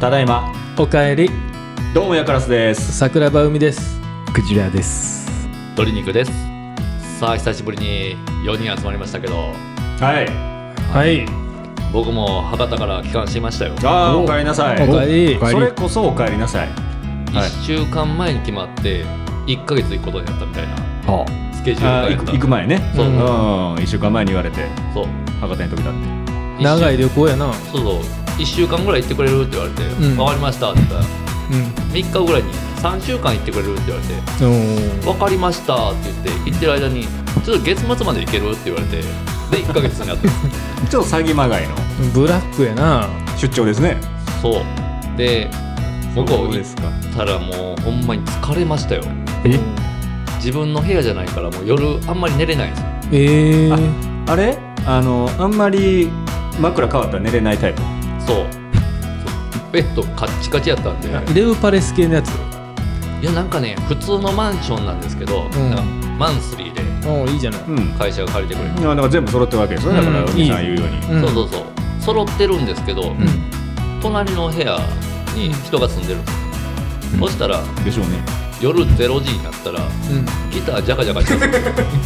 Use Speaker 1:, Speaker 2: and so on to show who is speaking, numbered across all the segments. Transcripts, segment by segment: Speaker 1: ただいま
Speaker 2: おかえり
Speaker 1: どうもやからすです
Speaker 2: 桜庭海です
Speaker 3: クジラです
Speaker 4: 鶏肉ですさあ久しぶりに4人集まりましたけど
Speaker 1: はい
Speaker 2: はい
Speaker 4: 僕も博多から帰還しましたよ
Speaker 1: あーおかえりなさい
Speaker 2: おかえり
Speaker 3: おかえり
Speaker 1: それこそおかえりなさいはい
Speaker 4: 1週間前に決まって1ヶ月行くことになったみたいな
Speaker 3: は
Speaker 4: スケジュー
Speaker 1: あー
Speaker 4: ル
Speaker 1: 行く
Speaker 4: が
Speaker 1: 行く前ね
Speaker 4: そううん
Speaker 1: 1週間前に言われて
Speaker 4: そう
Speaker 1: 博多に飛び立って
Speaker 2: 長い
Speaker 4: で
Speaker 2: 旅行やな
Speaker 4: そうそう1週間ぐらい行ってくれるって言われて「
Speaker 2: ん
Speaker 4: 分かりました」って言ったら
Speaker 2: う
Speaker 4: 3日ぐらいに「3週間行ってくれる」って言われて
Speaker 2: ん
Speaker 4: 「分かりました」って言って行ってる間に「ちょっと月末まで行ける?」って言われてで1ヶ月になっ た
Speaker 1: ちょっと詐欺まがいの
Speaker 2: ブラックやな
Speaker 1: 出張ですね
Speaker 4: そうで僕
Speaker 1: そう
Speaker 4: 行
Speaker 1: で
Speaker 4: っ
Speaker 1: すか
Speaker 4: たらもうほんまに疲れましたよ
Speaker 3: え
Speaker 4: 自分の部屋じゃないからもう夜あんまり寝れないんですよ
Speaker 2: ええ
Speaker 1: ああれあのあんまり枕変わったら寝れないタイプ
Speaker 4: そうそうベッドカッチカチやったんで
Speaker 2: レウパレス系のやつ
Speaker 4: いやなんかね普通のマンションなんですけど、
Speaker 2: ん
Speaker 4: なんかマンスリーで
Speaker 2: おおいいじゃない
Speaker 1: うん
Speaker 4: 会社が借りてくれて、
Speaker 1: あだから全部揃ってるわけですよねだから
Speaker 2: うん
Speaker 1: 海さん言うように
Speaker 2: うん
Speaker 4: そうそうそう揃ってるんですけど、隣の部屋に人が住んでるんですよ、
Speaker 3: うん
Speaker 4: そしたら
Speaker 1: でしょうね
Speaker 4: 夜0時になったらギタージャカジャカしてる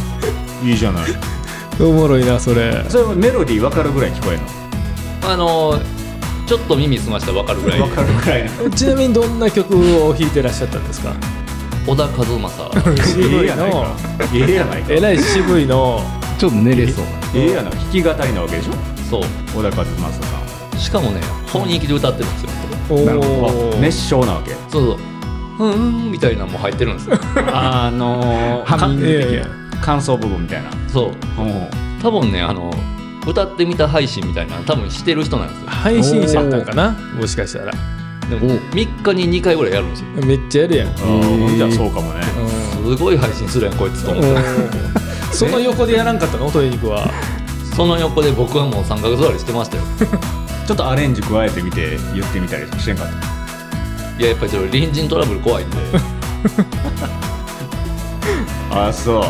Speaker 1: いいじゃ ない
Speaker 2: うんおもろいなそれ
Speaker 1: それはメロディー分かるぐらい聞こえる
Speaker 4: あのちょっと耳澄ましたら分かるぐらい
Speaker 1: の分かるぐらいの
Speaker 2: ちなみにどんな曲を弾いてらっしゃったんですか
Speaker 4: 小田和正
Speaker 2: 渋
Speaker 1: ええ
Speaker 2: い
Speaker 1: や ない
Speaker 2: の
Speaker 1: か ええやないか
Speaker 2: えらい渋いの
Speaker 3: ちょっと寝れそう
Speaker 1: ええやな弾き語りなわけでしょ
Speaker 4: そう
Speaker 1: 小田和正さん
Speaker 4: しかもね本人気で歌ってるんですよ
Speaker 2: お
Speaker 1: なるほ
Speaker 2: お
Speaker 1: ど熱唱なわけ
Speaker 4: そうそううんうんみたいなのも入ってるんですよ
Speaker 1: あ の
Speaker 3: ハミング
Speaker 2: 的な
Speaker 1: 感想部分みたいな
Speaker 4: そう多分ねあの歌ってみた配信みたいなの多分してる人なんですよ
Speaker 2: 配信者やったんかなもしかしたら
Speaker 4: でも3日に2回ぐらいやるんですよ
Speaker 2: めっちゃやるやん
Speaker 1: あーほんじゃそうかもね
Speaker 4: すごい配信するやんこいつと思って
Speaker 2: うん その横でやらんかったの鶏肉は
Speaker 4: その横で僕はもう三角座りして ましたよ
Speaker 1: ちょっとアレンジ加えてみて言ってみたりしてんかった
Speaker 4: いややっぱりちょっと隣人トラブル怖いんで
Speaker 1: ああそう
Speaker 4: そう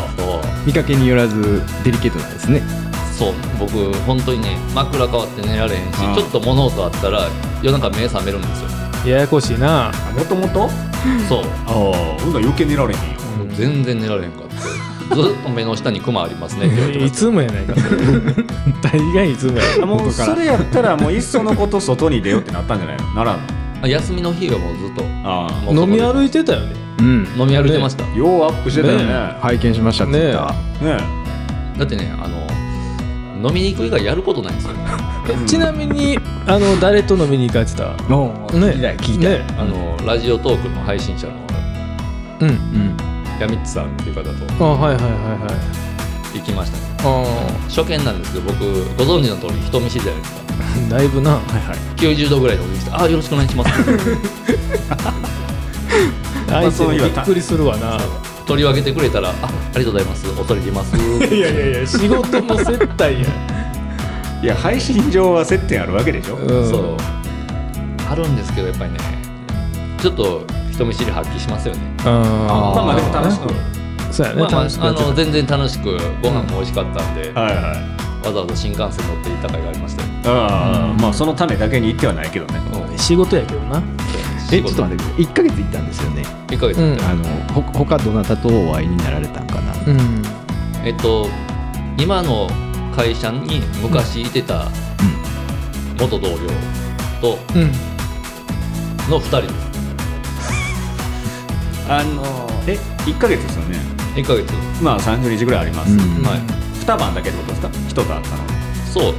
Speaker 3: 見かけによらずデリケートなんですね
Speaker 4: そう僕本当にね枕変わって寝られへんし
Speaker 1: うん
Speaker 4: ちょっと物音あったら夜中目覚めるんですよ
Speaker 2: ややこしいな
Speaker 1: もともと
Speaker 4: そう
Speaker 1: ああほんなら余計寝られへんよ
Speaker 4: 全然寝られへんか ってずっと目の下にクマありますねって言われてま
Speaker 2: い
Speaker 4: し
Speaker 2: つもや ないかそれ大概いつもや
Speaker 1: あもうそれやったらもういっそのこと外に出ようってなったんじゃないのならんの
Speaker 4: た休みの日はもうずっと
Speaker 1: あ
Speaker 4: もうそ
Speaker 2: 飲
Speaker 4: こ
Speaker 2: み
Speaker 4: で
Speaker 2: 歩いてたよね
Speaker 3: うん
Speaker 4: 飲み歩いてました、
Speaker 1: あようアップしてたよね
Speaker 3: 拝見しましたって言った
Speaker 2: ね
Speaker 1: ね
Speaker 4: だってねあの飲みに行く以外やることないんですよ
Speaker 2: えちなみにあの誰と飲みに行かれてた
Speaker 3: おう聞いたよ聞いたよ
Speaker 2: ね
Speaker 4: あのラジオトークの配信者の
Speaker 2: うん
Speaker 3: うん
Speaker 4: ヤミッツさんっていう方と
Speaker 2: あはいはいはいはい
Speaker 4: 行きましたね
Speaker 2: あ
Speaker 4: 初見なんですけど僕ご存知の通り人見知りじゃないですか
Speaker 2: ーだいぶな
Speaker 1: はいはい
Speaker 4: 90度ぐらいでおじいして「あーよろしくお願いします」
Speaker 2: 相手
Speaker 1: そうい
Speaker 2: に
Speaker 1: う
Speaker 2: びっくりするわな
Speaker 4: 取り分けてくれたら「あありがとうございます恐れ入ります」
Speaker 2: いやいやいや仕事も接待や
Speaker 1: いや配信上は接点あるわけでしょ
Speaker 2: うん
Speaker 4: そうあるんですけどやっぱりねちょっと人見知り発揮しますよね
Speaker 2: あ
Speaker 3: あ
Speaker 1: まあまあでも楽し
Speaker 2: い
Speaker 1: く
Speaker 2: そうやね
Speaker 4: まあ、まあ
Speaker 2: 楽しく、や
Speaker 4: あ
Speaker 2: ってた
Speaker 4: の全然楽しくご飯も美味しかったんで、わ
Speaker 1: はいはい
Speaker 4: ざわざ新幹線乗って行った甲斐がありましたよ
Speaker 1: ああまあそのためだけに言ってはないけどね
Speaker 2: 仕事やけどな
Speaker 3: えちょっと待ってください1ヶ月行ったんですよね
Speaker 4: 1ヶ月、
Speaker 2: うん
Speaker 3: あのほ他どなたとお会いになられたんかな
Speaker 2: うん
Speaker 4: えっと今の会社に昔いてた元同僚と
Speaker 2: うん
Speaker 4: の2人です
Speaker 1: あのえ1ヶ月ですよね
Speaker 4: 1ヶ月
Speaker 1: まあ30日ぐらいあります、
Speaker 3: う
Speaker 1: 二
Speaker 3: ん
Speaker 4: はい
Speaker 1: 晩だけってことですか一晩あったの
Speaker 4: そう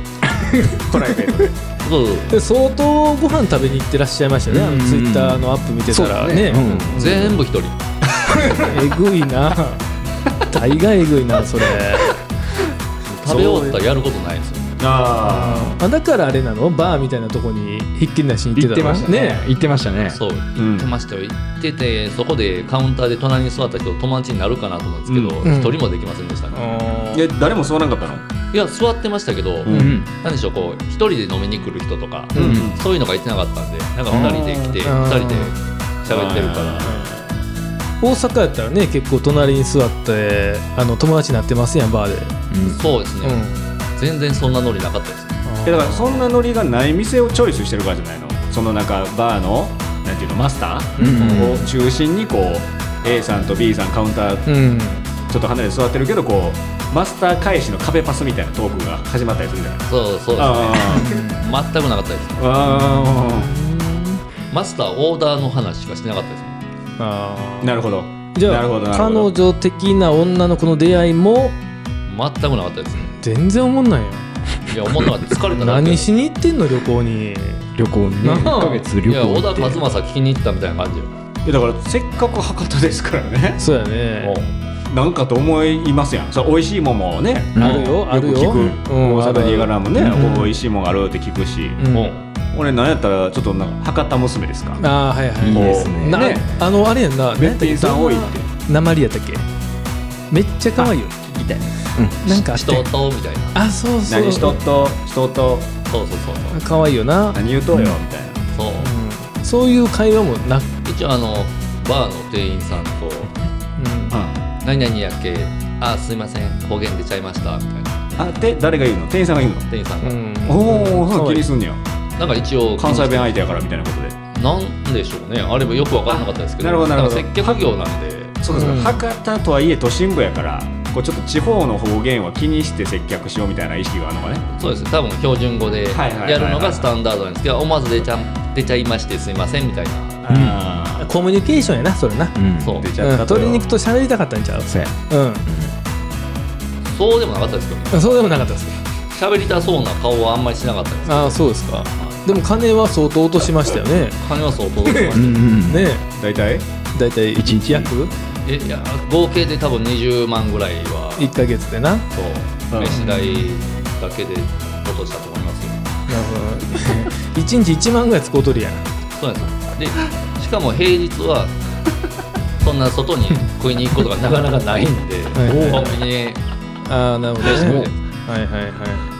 Speaker 1: プライベートで
Speaker 4: そうそう
Speaker 2: で相当ご飯食べに行ってらっしゃいましたよね、あの
Speaker 3: うん
Speaker 2: ツイッターのアップ見てたら
Speaker 1: そう
Speaker 2: ね
Speaker 1: ね
Speaker 3: うん
Speaker 4: 全部1人
Speaker 2: えぐいな大概えぐいなそれ
Speaker 4: 食べ終わったらやることないんですよ
Speaker 1: あ
Speaker 2: あだからあれなのバーみたいなとこにひっきりなしに行ってたの
Speaker 3: 行ってましたね
Speaker 4: そう
Speaker 1: ん
Speaker 4: 行ってましたよ行っててそこでカウンターで隣に座った人友達になるかなと思うんですけど
Speaker 2: うん
Speaker 4: 1人もできませんでしたね
Speaker 2: あ
Speaker 1: あえ誰もそうなんかったの
Speaker 4: いや座ってましたけど
Speaker 1: ん
Speaker 3: うん
Speaker 4: 何でしょうこう1人で飲みに来る人とか
Speaker 2: うん
Speaker 4: そういうのがいてなかったんでなんか2人で来て
Speaker 2: あー
Speaker 4: 2人で喋ってるから
Speaker 2: 大阪やったらね結構隣に座ってあの友達になってますやんバーで、
Speaker 4: そうです
Speaker 2: うん
Speaker 4: ね全然そんなノリなかったです
Speaker 1: えだからそんなノリがない店をチョイスしてるからじゃないのそのなんかバーのなんていうのマスタ
Speaker 3: うんうん
Speaker 1: ーを中心にこう A さんと B さんカウンター
Speaker 2: うん
Speaker 1: ちょっと離れて座ってるけどこうマスター返しの壁パスみたいなトークが始まったりするじゃないです
Speaker 4: そうそうですね
Speaker 1: か。
Speaker 4: 全くなかったです
Speaker 1: ああ
Speaker 4: マスターオーダーの話しかしてなかったですね
Speaker 2: あ
Speaker 1: あなるほど。
Speaker 2: ーじゃ
Speaker 1: なるほ
Speaker 2: あ
Speaker 1: どなるほ
Speaker 2: 彼
Speaker 1: ど
Speaker 2: 女的な女の子の出会いも
Speaker 4: 全くなかったですね
Speaker 2: 全然思んないよ
Speaker 4: いや思ったかった疲れただけ
Speaker 2: 何しに行ってんの旅行に
Speaker 3: 旅行にね
Speaker 2: なあ
Speaker 3: 1ヶ月
Speaker 4: い
Speaker 3: 旅
Speaker 4: や
Speaker 3: 行
Speaker 4: 小田
Speaker 3: って
Speaker 4: 和正聞きに行ったみたいな感じよ
Speaker 1: いやだからせっかく博多ですからね。
Speaker 2: そうやね
Speaker 1: なんかと思いますやん。そう美味しいもんもね。
Speaker 3: うん
Speaker 2: あるよあ
Speaker 1: よ
Speaker 2: る
Speaker 1: く
Speaker 2: よ
Speaker 1: 聞く、
Speaker 2: うん
Speaker 1: 大阪にいがらもね、
Speaker 2: うん
Speaker 1: ここ美味しいもんあるって聞くし、
Speaker 2: うん
Speaker 4: もう
Speaker 1: 俺なんやったらちょっとなんか博多娘ですか
Speaker 2: ああはいはい
Speaker 3: い
Speaker 2: い
Speaker 3: ですね
Speaker 2: な
Speaker 1: ね
Speaker 2: あのあれやんな
Speaker 1: べっぴんさん多いって
Speaker 2: 鉛やったっけめっちゃ可愛いよ聞きたいなんかあっ
Speaker 4: 人
Speaker 2: たよ
Speaker 4: とみたいな
Speaker 2: あそうそう
Speaker 1: 何しとっとしとっと
Speaker 4: そうそうそうそう
Speaker 2: 可愛いよな、
Speaker 1: 何言うとよみたいな
Speaker 4: そう
Speaker 2: うんそういう会話もなく、
Speaker 4: 一応あのバーの店員さん
Speaker 2: う
Speaker 4: と
Speaker 2: ん
Speaker 4: 「何々やっけあすいません方言出ちゃいました」みたいな
Speaker 1: あで誰が言うの店員さんが言うの
Speaker 4: 店員さん
Speaker 2: う
Speaker 4: が、
Speaker 2: ん
Speaker 1: おお
Speaker 2: 可
Speaker 1: そう気
Speaker 2: 愛い
Speaker 1: にすんねや
Speaker 4: なんか一応
Speaker 1: 関西弁相手やからみたいなことで
Speaker 4: なんでしょうねあれもよく分からなかったですけど
Speaker 1: あなるほどなるほど
Speaker 4: んか接客業なんで
Speaker 1: そうですか、
Speaker 2: うん
Speaker 1: 博多とはいえ都心部やからこうちょっと地方の方言は気にして接客しようみたいな意識があるのかね
Speaker 4: そうですね多分標準語で
Speaker 1: はいはいはいはい
Speaker 4: やるのがスタンダードなんですけど思わず出ちゃ出ちゃいましてすいませんみたいな
Speaker 1: あ
Speaker 2: コミュニケーションやなそれな、
Speaker 3: うん
Speaker 4: そう
Speaker 1: あ
Speaker 4: で
Speaker 1: 出ち
Speaker 2: うん、
Speaker 1: ゃったと
Speaker 2: 鶏
Speaker 1: よ
Speaker 2: 肉と喋りたかったんちゃう
Speaker 3: そうや
Speaker 2: うん
Speaker 4: そうでもなかったですけどね
Speaker 2: そうでもなかったです
Speaker 4: 喋りたそうな顔はあんまりしなかったです
Speaker 2: ああそうですかでも金は相当落としましたよね
Speaker 4: 金は相当出てま
Speaker 3: う
Speaker 4: し
Speaker 3: んうん
Speaker 2: ね
Speaker 1: 大体
Speaker 2: だいたい
Speaker 3: 一日
Speaker 2: 約
Speaker 4: たえいや合計で多分20万ぐらいは
Speaker 2: 1か月でななる
Speaker 4: そう
Speaker 1: うん
Speaker 4: 飯代だけで落としたと思いますよ
Speaker 2: ほど一日1万ぐらい使うとるやん
Speaker 4: そうなんですよでしかも平日はそんな外に食いに行くことがなかなかないんで
Speaker 2: いはい
Speaker 4: コンビニで
Speaker 2: ああなるほど
Speaker 4: 飯食う
Speaker 2: ね
Speaker 4: じゃないですか
Speaker 2: はいはいはい